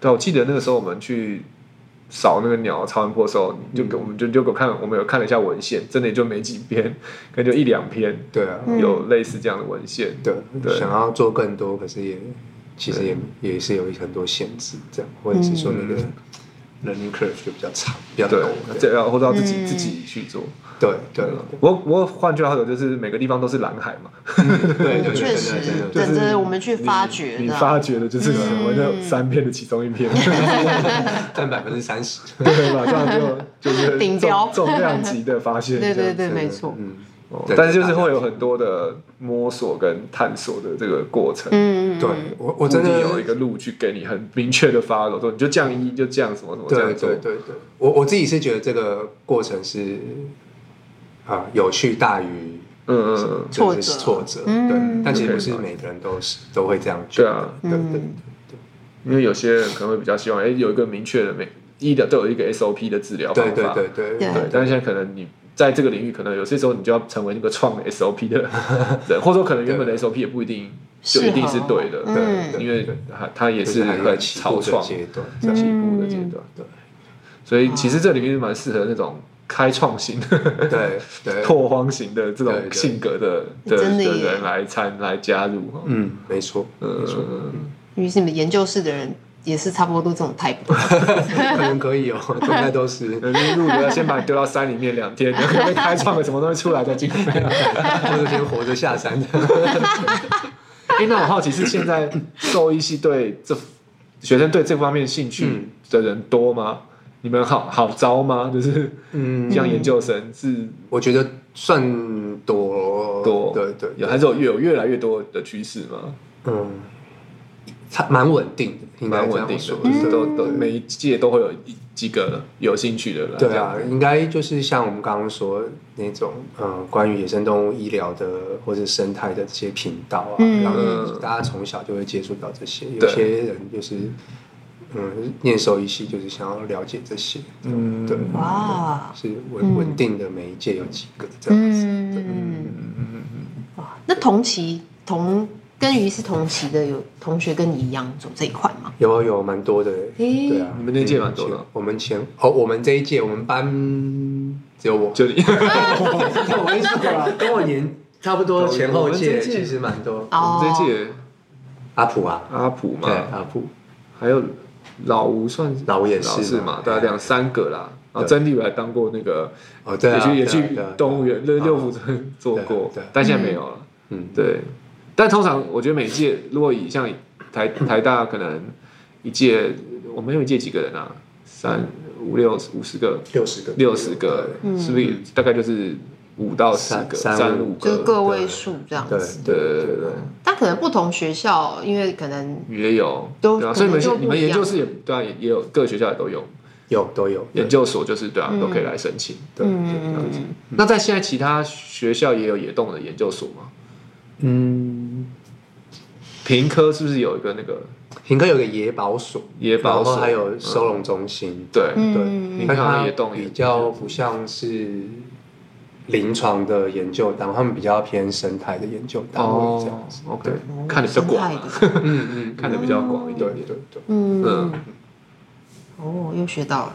A: 对，我记得那个时候我们去扫那个鸟超音波的时候，你就给我
B: 嗯
A: 们就就给我看，我们有看了一下文献，真的也就没几篇， 可能就一两篇
C: 对啊，
B: 嗯
A: 有类似这样的文献。
C: 对，
A: 对
C: 想要做更多，可是也其实也也是有很多限制，这样或者是说那个 learning curve 就比较长，比较
A: 嗯对
C: 陡，，
A: 这要或者要自己
B: 嗯
A: 自己去做。
C: 对对
A: 我我换句话说，就是每个地方都是蓝海嘛，
C: 对对对，
B: 确
C: 真
B: 实
C: 的真的，
A: 就
B: 等
A: 是
B: 着我们去发
A: 你
B: 掘
A: 你
B: 的。
A: 发掘的就是我那三篇的其中一 篇，
C: 占百分之三十，
A: 对，马上就就是
B: 顶
A: 重
B: 标
A: 重量级的发 现。
B: 对
A: 这
B: 对
A: 样
B: 对，
A: 子
B: 没错。
C: 嗯
A: 哦
C: 对
A: 但是就是会有很多的摸索跟探索的这个过程。
B: 嗯，嗯嗯
C: 对我我真
A: 固定
C: 的
A: 有一个路去给你很明确的 follow，说你就这样一就这样什么什么这
C: 对
A: 样做
C: 对，对对，我我自己是觉得这个过程是啊、有趣大于
A: 嗯嗯，嗯
C: 就
B: 挫
C: 是
B: 折
C: 挫折，
B: 嗯
C: 对，但其实不是每个人都是都会这样觉
A: 对啊
C: 得，对对
B: 嗯
A: 因为有些人可能会比较希望，哎，有一个明确的每医疗都有一个 SOP 的治疗方
C: 对
A: 法，
C: 对对对
B: 对
C: 对
A: 啊嗯对，但是现在可能你在这个领域，可能有些时候你就要成为那个创 SOP 的 人，或者说可能原本的 SOP 也不一定就一定是对的，
B: 适合
C: 对
B: 嗯
C: 对，
A: 因为它它也
C: 也
A: 是
C: 还在
A: 很
C: 起
A: 草
C: 步的
A: 创、
C: 阶段，
A: 起
B: 嗯
A: 步的阶段，对。所以其实这里面是蛮适合那种开创型、
C: 对 对，
A: 拓荒型的这
C: 对
A: 种
C: 对
A: 性格的的
B: 真的
A: 的
B: 耶
A: 人来参来加入哈。
C: 嗯，没错，
A: 呃，
B: 于是你们研究室的人也是差不多都这种 type。
C: 嗯可能可 以哦，应该 都是，
A: 有些入了，先把你丢到山里面两 天，然后被开创了什么东西出来再进来。
C: 或者先活着下山的，
A: 哎、那我好奇是现在兽医系对这学生对这方面兴
C: 嗯
A: 趣的人多吗？你们好好招吗？就是
C: 嗯，
A: 像研究生是
C: 我觉得算多
A: 多，
C: 对对，
A: 有还是有越有越来越多的趋势吗？
C: 嗯，它蛮稳定的，应该
A: 蛮
C: 这
A: 稳
C: 样
A: 定
C: 说嗯
A: 的，嗯就是都
C: 对
A: 都
C: 对
A: 每一届都会有一几个有兴趣的人。
C: 对啊，应该就是像我们刚刚说那种，嗯，关于野生动物医疗的或者生态的这些频道啊，
B: 嗯
C: 然后
A: 嗯
C: 大家从小就会接触到这些。有
A: 对
C: 些人就是，嗯，念兽医系就是想要了解这些，
A: 嗯
C: 对，
B: 哇，
C: 是
B: 嗯
C: 稳稳定的每一届有几个这样子。
B: 嗯，哇，那同期同跟于是同期的有同学跟你一样走这一块吗？
C: 有啊有蛮多的，
B: 诶
C: 对啊，
A: 你们那届蛮多的
C: 前我们前哦，我们这一届我们班只 有我，
A: 就你
C: 我跟你说啊，跟我年差不多前后
A: 我
C: 届
A: 们这一届
C: 其实蛮多。
A: 我 们这
B: 哦，
A: 届
C: 阿普啊，
A: 阿普
C: 对
A: 嘛，
C: 阿普，
A: 还有老吴算是
C: 老吴也是嘛
A: 老嘛，大概两三个啦。啊，
C: 对
A: 真理我还当过那个，
C: 哦对
A: 也
C: 啊，
A: 去也
C: 对啊
A: 去
C: 对啊
A: 动物园、那
C: 对啊
A: 六福村做过
C: 对啊对啊，
A: 但现在没有了。
C: 嗯，
A: 对，但通常我觉得每届如果以像台台大可能一届，我们有一届几个人啊？三五六五十个，
C: 啊六十个，
A: 六十个，
B: 嗯
A: 是不是大概就是五到十个，三
C: 三三
A: 五
B: 哦就是
A: 个？
B: 个位数这样
C: 对
B: 子。
A: 对对对对，
B: 但可能不同学校，因为可能
A: 也有，
B: 都
A: 对啊，
B: 可
A: 所以你
B: 能就
A: 们你
B: 不
A: 们
B: 一
A: 研究
B: 样
A: 室也对啊，也也有各学校也都有，
C: 有都有，
A: 研究所就是对啊，
B: 嗯
A: 都可以来申请。
C: 对
B: 嗯，
A: 那在现在其他学校也有野动的研究所吗？
C: 嗯，
A: 平科是不是有一个那个
C: 平哥有个野保所，
A: 野保所嗯
C: 然后还有收容中心，
A: 对？
B: 嗯
C: 对，
A: 平
C: 但
A: 常
C: 它
A: 野动也
C: 比较不像是临床的研究单位，他们比较偏生态的研究单位
A: 哦
C: 这样子，
A: ，OK，看的比较广啊，
B: 生态 的
C: 嗯嗯，
A: 看的比较广一点
C: 对
A: 点。
C: 对对，
B: 嗯
A: 嗯，
B: 哦，又学到了。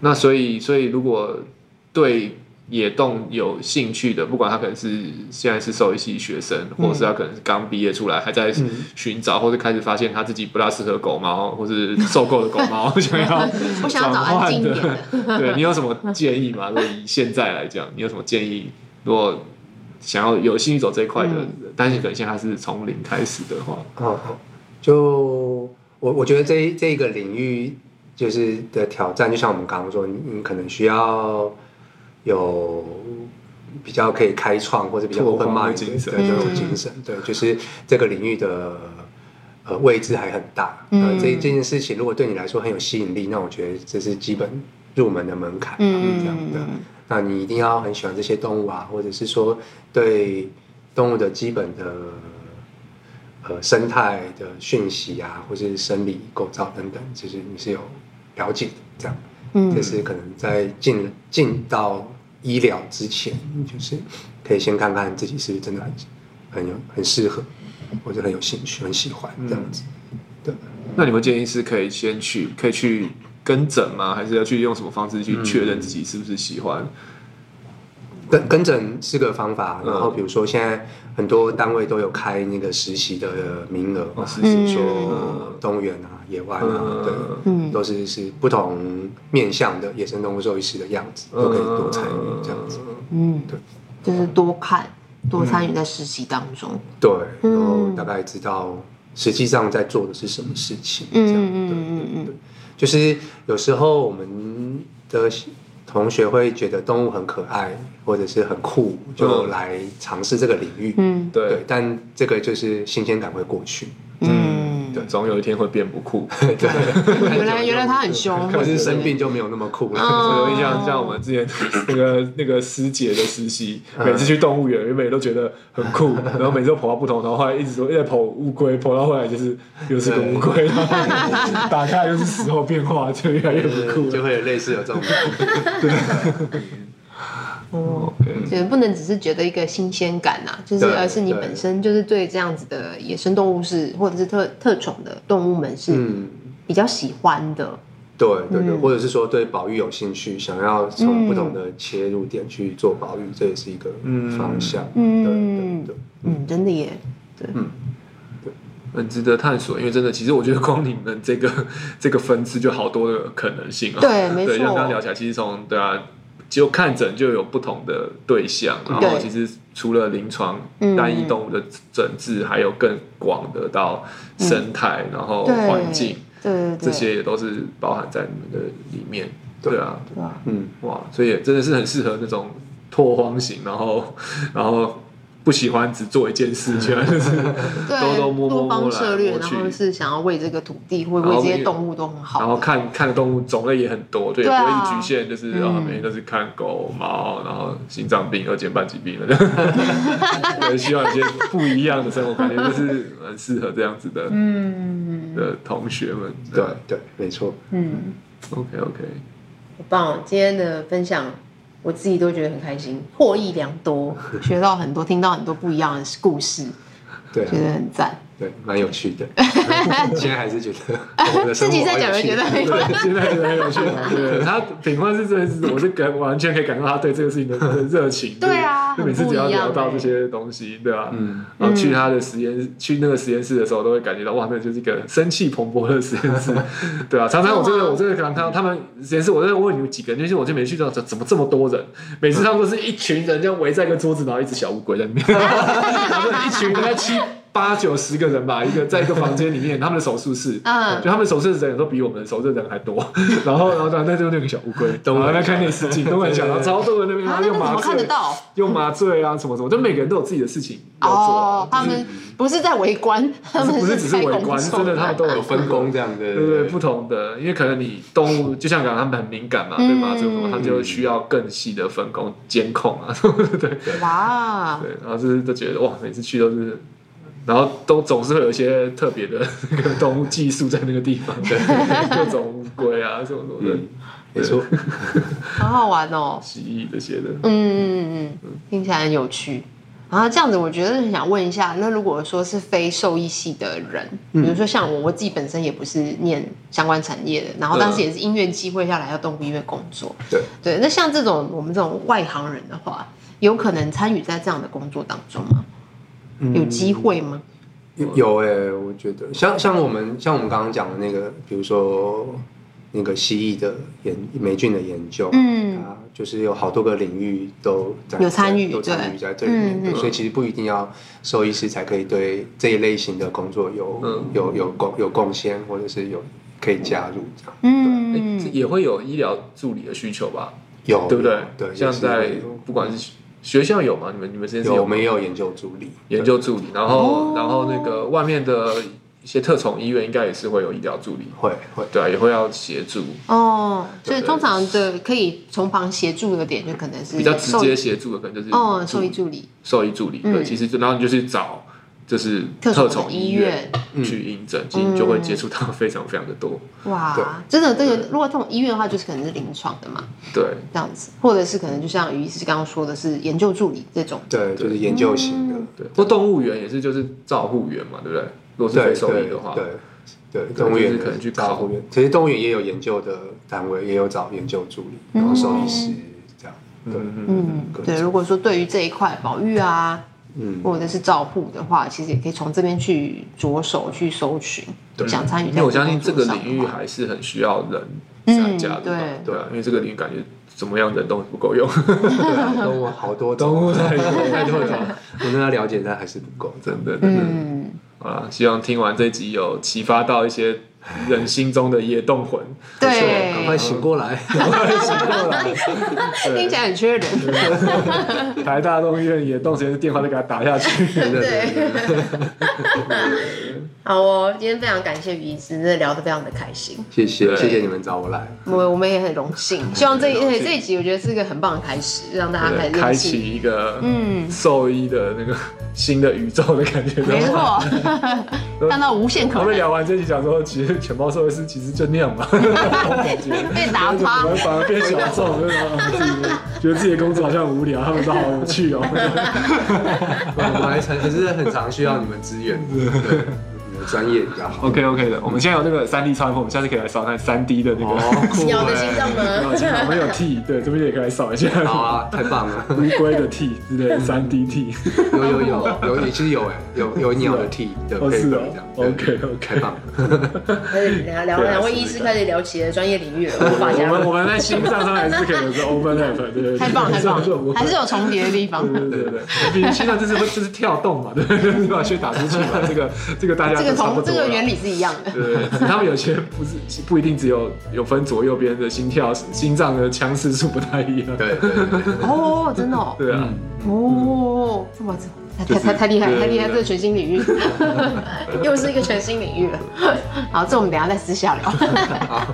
A: 那所以，所以如果对野动有兴趣的，不管他可能是现在是兽医系学生，或是他可能是刚毕业出来，还在寻找，或者开始发现他自己不大适合狗猫，或是受够了狗猫，想要
B: 我想要找安静一点
A: 转
B: 的。
A: 换的。对你有什么建议吗？如果以现在来讲，你有什么建议？如果想要有兴趣走这一块的，但是可能现在他是从零开始的话，
C: 哦，就我我觉得这一这一个领域就是的挑战，就像我们刚刚说，你你可能需要有比较可以开创或者比较
A: 拓
C: open
A: 荒的
C: mind
A: 精神
C: 的这种
B: 嗯
C: 精神，对，就是这个领域的。呃，位置还很大，
B: 嗯
C: 呃，这这件事情如果对你来说很有吸引力，那我觉得这是基本入门的门槛，这样的。
B: 嗯，
C: 那你一定要很喜欢这些动物啊，或者是说对动物的基本的呃生态的讯息啊，或是生理构造等等，就是你是有了解的，这样，
B: 嗯
C: 这是可能在进进到医疗之前，就是可以先看看自己是不是真的很很有很适合，或者很有兴趣、很喜欢这样子。对，
A: 那你们建议是可以先去，可以去跟诊吗？还是要去用什么方式去确认自己是不是喜欢？
C: 跟跟诊是个方法，
A: 嗯
C: 然后比如说现在很多单位都有开那个实习的名额嘛，
A: 哦实
B: 习
C: 说
A: 嗯
C: 动物园啊、野湾啊，
A: 嗯
C: 对，
B: 嗯
C: 都是是不同面向的野生动物兽医师的样子，
A: 嗯
C: 都可以多参与这样子。
B: 嗯
C: 对，
B: 就是多看多参与在实习当中，
C: 对，
B: 嗯
C: 然后大概知道实际上在做的是什么事情，这
B: 嗯
C: 样
B: 嗯
C: 对
B: 嗯嗯嗯，
C: 就是有时候我们的同学会觉得动物很可爱，或者是很酷，就
A: 嗯
C: 来尝试这个领域。
B: 嗯
A: 对，
C: 但这个就是新鲜感会过去。
B: 嗯，
A: 对，总有一天会变不酷。
C: 对，
B: 原 来原来他很凶，
C: 或者是生病就没有那么酷
B: 嗯
C: 了。
A: 我有印象，像我们之前那个那个师姐的实习，每次去动物园，原本都觉得很酷，然后每次都跑到不同，然后后来一直说一直跑乌龟，跑到后来就是又是个乌龟，然后打开又是时候变化，就越来越不酷
C: 就
A: 了。
C: 会有类似有这 种，
B: 哦，
A: OK，
B: 对，不能只是觉得一个新鲜感呐、就是
C: 对
B: 而是你
C: 对
B: 本身就是对这样子的野生动物是或者是特特宠的动物们是
C: 嗯，
B: 比较喜欢的，
C: 对对对，
B: 嗯
C: 或者是说对保育有兴趣，想要从不同的切入点去做保育，这也是一个方向。
B: 嗯
C: 对对对，
B: 嗯，真的耶，对，
A: 很值得探索，因为真的，其实我觉得光你们这个 这个分支就好多的可能性啊。
B: 对没错
A: 对，像刚刚聊起来，其实从对啊，就看诊就有不同的对象，然后
B: 对
A: 其实除了临床
B: 嗯
A: 单一动物的诊治，还有更广的到生态，然后
B: 对，
A: 哦环境
B: 对对对，
A: 这些也都是包含在你们的里面。
C: 对
A: 对啊，
B: 对啊，
C: 嗯，
A: 哇，所以也真的是很适合那种拓荒型，然后然后不喜欢只做一件 事，全就是
B: 对，
A: 兜兜摸摸
B: 多
A: 摸
B: 方
A: 来
B: 涉猎，
A: 摸
B: 然
A: 去
B: 后是想要为这个土地或
A: 然
B: 为
A: 后
B: 这些
A: 为
B: 动物都很好的，
A: 然后看看的动物种类也很多，对，也
B: 对
A: 不
B: 啊
A: 会一直局限，就是啊
B: 嗯，
A: 每天都是看狗、猫，然后心脏病、二尖瓣疾 病了。对希望有些不一样的生活感觉，就是很适合这样子的
B: 嗯
A: 的同学们。
C: 对对，没错。
B: 嗯，
A: ，OK OK，
B: 很棒哦，今天的分享。我自己都觉得很开心，获益良 多，学到很多，听到很多不一样的故事，
C: 对啊
B: 觉得很赞。
C: 对，蛮有 趣的。现在还是觉得我的
B: 自
C: 生活
B: 己在
C: 蛮
B: 讲
C: 有
B: 就
C: 趣
B: 觉
C: 的
B: 得很有趣
A: 现在真的很有趣。对，他品冠是真的是，我是感完全可以感到他对这个 事情的的热情。
B: 对啊
A: 就每次只要
B: 很不一样
A: 聊到
B: 欸
A: 这些东西，对吧？
C: 嗯，
A: 然后去他的实验室，去那个实验室的时候，都会感觉到哇，那就是一个生气蓬勃的实验 室，对啊，常常我这
B: 真的吗
A: 个我这个可能看到他们实验室，我在问你几个人，就是我就没去到，怎怎么这么多人？每次他们都是一群人就围在一个桌子，然后一只小乌龟在里面， 他们一群大概 七八九十个人吧，一个在一个房间里面，他们的手术室，
B: 嗯
A: 就他们手术室的人都比我们手术的人还多， 然后然后然后那就那个小乌龟，然后在看电视镜，都很小，然后超多人那边，然 后
B: 啊，那个
A: 用
B: 怎
A: 麻
B: 么看得
A: 醉。
B: 到？
A: 用麻醉啊，什么什么，就每个人都有自己的事情要做啊、
B: 哦，他们不是在围观，他们
A: 不是只是
B: 开
A: 围
B: 工
A: 观，
B: 作
A: 真的他们都有
C: 有分工这样的，
A: 对对，不同的，因为可能你动物就像讲他们很敏感嘛，对
B: 嗯
A: 吗？这种他们就需要更细的分工监控啊，对对对，
B: 哇，
A: 然后就是都觉得哇，每次去都是，然后都总是会有一些特别的那个动物技术在那个地方，对， 各种乌龟啊，什么什么的，
C: 没错。
B: 好好玩哦。
A: 蜥蜴这些的，
B: 嗯嗯嗯嗯，听起来很有趣。然后这样子，我觉得很想问一下，那如果说是非兽医系的人，
A: 嗯
B: 比如说像我，我自己本身也不是念相关产业的，然后但是也是因缘机会下来到动物医院工作。
C: 对
B: 对，那像这种我们这种外行人的话，有可能参与在这样的工作当中吗？
A: 嗯
B: 有机会吗？
C: 有哎、我觉得像像我们像我们刚刚讲的那个，比如说那个蜥蜴的研霉菌的研究，
B: 嗯
C: 啊，就是有好多个领域都在
B: 有参与
C: 都参与
B: 对
C: 在这里面，
B: 嗯嗯
C: 所以其实不一定要兽医师才可以对这一类型的工作有、
A: 嗯
C: 有有贡有贡献，或者是有可以加入这样，
B: 嗯
A: 诶哎这也会有医疗助理的需求吧？
C: 有
A: 哦对不对？
C: 对，
A: 像
C: 也是
A: 在
C: 有
A: 不管是学校有吗？你们你们之间是
C: 有
A: 有
C: 没有研究助理
A: 研究助理，然
B: 哦
A: 后、然后那个外面的一些特宠医院应该也是会有医疗助理，
C: 会会
A: 对啊，也会要协助，
B: 哦，所以
A: 对
B: 通常的可以从旁协助的点，就可能是
A: 比较直
B: 嗯兽
A: 接
B: 医
A: 协助的可能就是
B: 哦，
A: 助
B: 兽医助理，
A: 兽医助理，
B: 嗯
A: 对，其实就然后你就去找就是
B: 特
A: 特
B: 宠
A: 宠
B: 的
A: 医
B: 医院嗯
A: 院去应诊，其实就会接触到非常非常的多，
C: 对
B: 哇，真的这个如果这种医院的话，就是可能是临床的嘛，
A: 对，
B: 这样子，或者是可能就像于医师刚刚说的是研究助理这种，
C: 对，就是研究型的，
A: 对，或动物园也是就是照护员嘛，对不对？如果是
C: 对
A: 非兽医
C: 对
A: 的话，
C: 对，对，
D: 对
C: 动物园
D: 就是可能去
C: 找
D: 考
C: 动物园，其实动物园也有研究的单位，也有找研究助理，然后兽医师这样。对，
B: 嗯，对。如果说对于这一块保育啊，
C: 嗯，
B: 或者是照护的话，其实也可以从这边去着手去搜寻，想参与
D: 因
B: 在工
D: 为我
B: 作
D: 相
B: 上的话。
D: 信这个领域还是很需要人参加的吧，
B: 嗯
D: 对啊，因为这个领域感觉怎么样人都不够用，
C: 对啊动物好多动物，
D: 太太多了。
C: 我真的了解，但还是不够，真
D: 真的，真的。
B: 嗯，
D: 好啦，希望听完这集有启发到一些人心中的野动魂。
C: 的。赶快
B: 对，
C: 醒过来！
B: 听起来很缺人。
D: 台大动医院野动实验室电话就给他打下去。
C: 对对对，
B: 好哦，今天非常感谢于医师，真的聊得非常的开心，
C: 谢谢
D: 对
C: 谢谢你们找我来，
B: 我我们也很荣幸，希望这一
D: 嗯很荣幸
B: 这一集我觉得是一个很棒的开始，让大家开
D: 对
B: 始
D: 开
B: 认识。
D: 启一个
B: 嗯
D: 兽医的那个新的宇宙的感觉。
B: 没错， 看到无限
D: 我
B: 可
D: 们
B: 能，
D: 聊完这集，讲说其实全包兽医师其实就那样嘛，
B: 被打趴
D: 我。们反而变小众，就是说啊自己觉得自己的工作好像很无聊，他们都好有趣哦。
C: 我还很还是很常需要你们支援，对，你们专业比较好。
D: OK OK 的，我们现在有那个三 D 超音波，我们下次可以来扫看三 D 的那个。
C: 酷
B: 鸟的
C: 欸
B: 心脏呢？
D: 我们有 T，对，这边也可以来扫一下。
C: 好啊，太棒了！
D: 乌龟的 T 之类的三 D T，
C: 有有有有，其实有哎，有有鸟的 T 的
D: 哦
C: 配
D: 是
C: 合
D: 哦
C: 这样对
D: ，OK
C: 太
D: OK，
C: 棒了。
B: 开始聊聊，两位医师开始聊起了专业领域了，无法
D: 啊我
B: 加
D: 们
B: 入。
D: 我们在心脏上还是可以有个 overlap，对对对，
B: 太棒了，太棒
D: 这种
B: 了，还是有重叠的地方。
D: 对对对对，比如心脏就是会就是跳动嘛，对，就是把血打出去嘛，这个这个大家
B: 这个
D: 都差不
B: 同
D: 多
B: 这
D: 啦
B: 个原理是一样的。
D: 对，他们有些不是不一定只有有分左右边的心跳，心脏的腔室数不太一样。
C: 对对对对，
B: 哦，真的哦，
D: 对啊，
B: 哦，这么这太太太厉害，太厉害，这个全新领 域，又是一个全新领域了。好，这我们等一下再私下 聊。
D: 好，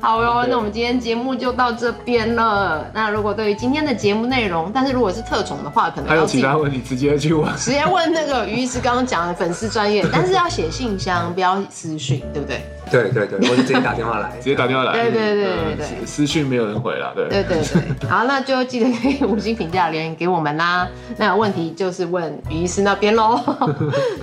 B: 好哟，
D: 对
B: 那我们今天节目就到这边了。那如果对于今天的节目内容，但是如果是特宠的话，可能
D: 还有
B: 要自
D: 其
B: 己
D: 他问题直接去问。
B: 直接问那个于医师刚刚讲的粉丝专 业，但是要写信箱，不要私讯，对不对？
C: 对对对，我就直接打电话来，
D: 直接打电话来，
B: 对对对
D: 嗯
B: 对对
D: 私讯没有人回啦，对，
B: 对对对，好，那就记得可以五星评价留言给我们啦。那有问题就是问于医师那边 喽。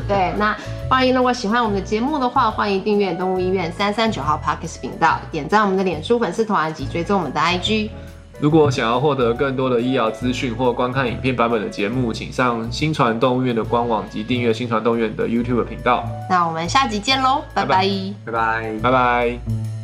B: 对，那欢迎如果喜欢我们的节目的话，欢迎订阅动物医院三三九号 Parkes 频道，点赞我们的脸书粉丝团及追踪我们的 IG。
D: 如果想要获得更多的医疗资讯或观看影片版本的节目，请上新传动物院的官网及订阅新传动物院的 YouTube 频道。
B: 那我们下集见喽，拜
D: 拜
B: 拜
C: 拜拜。
D: 拜拜。
C: 拜拜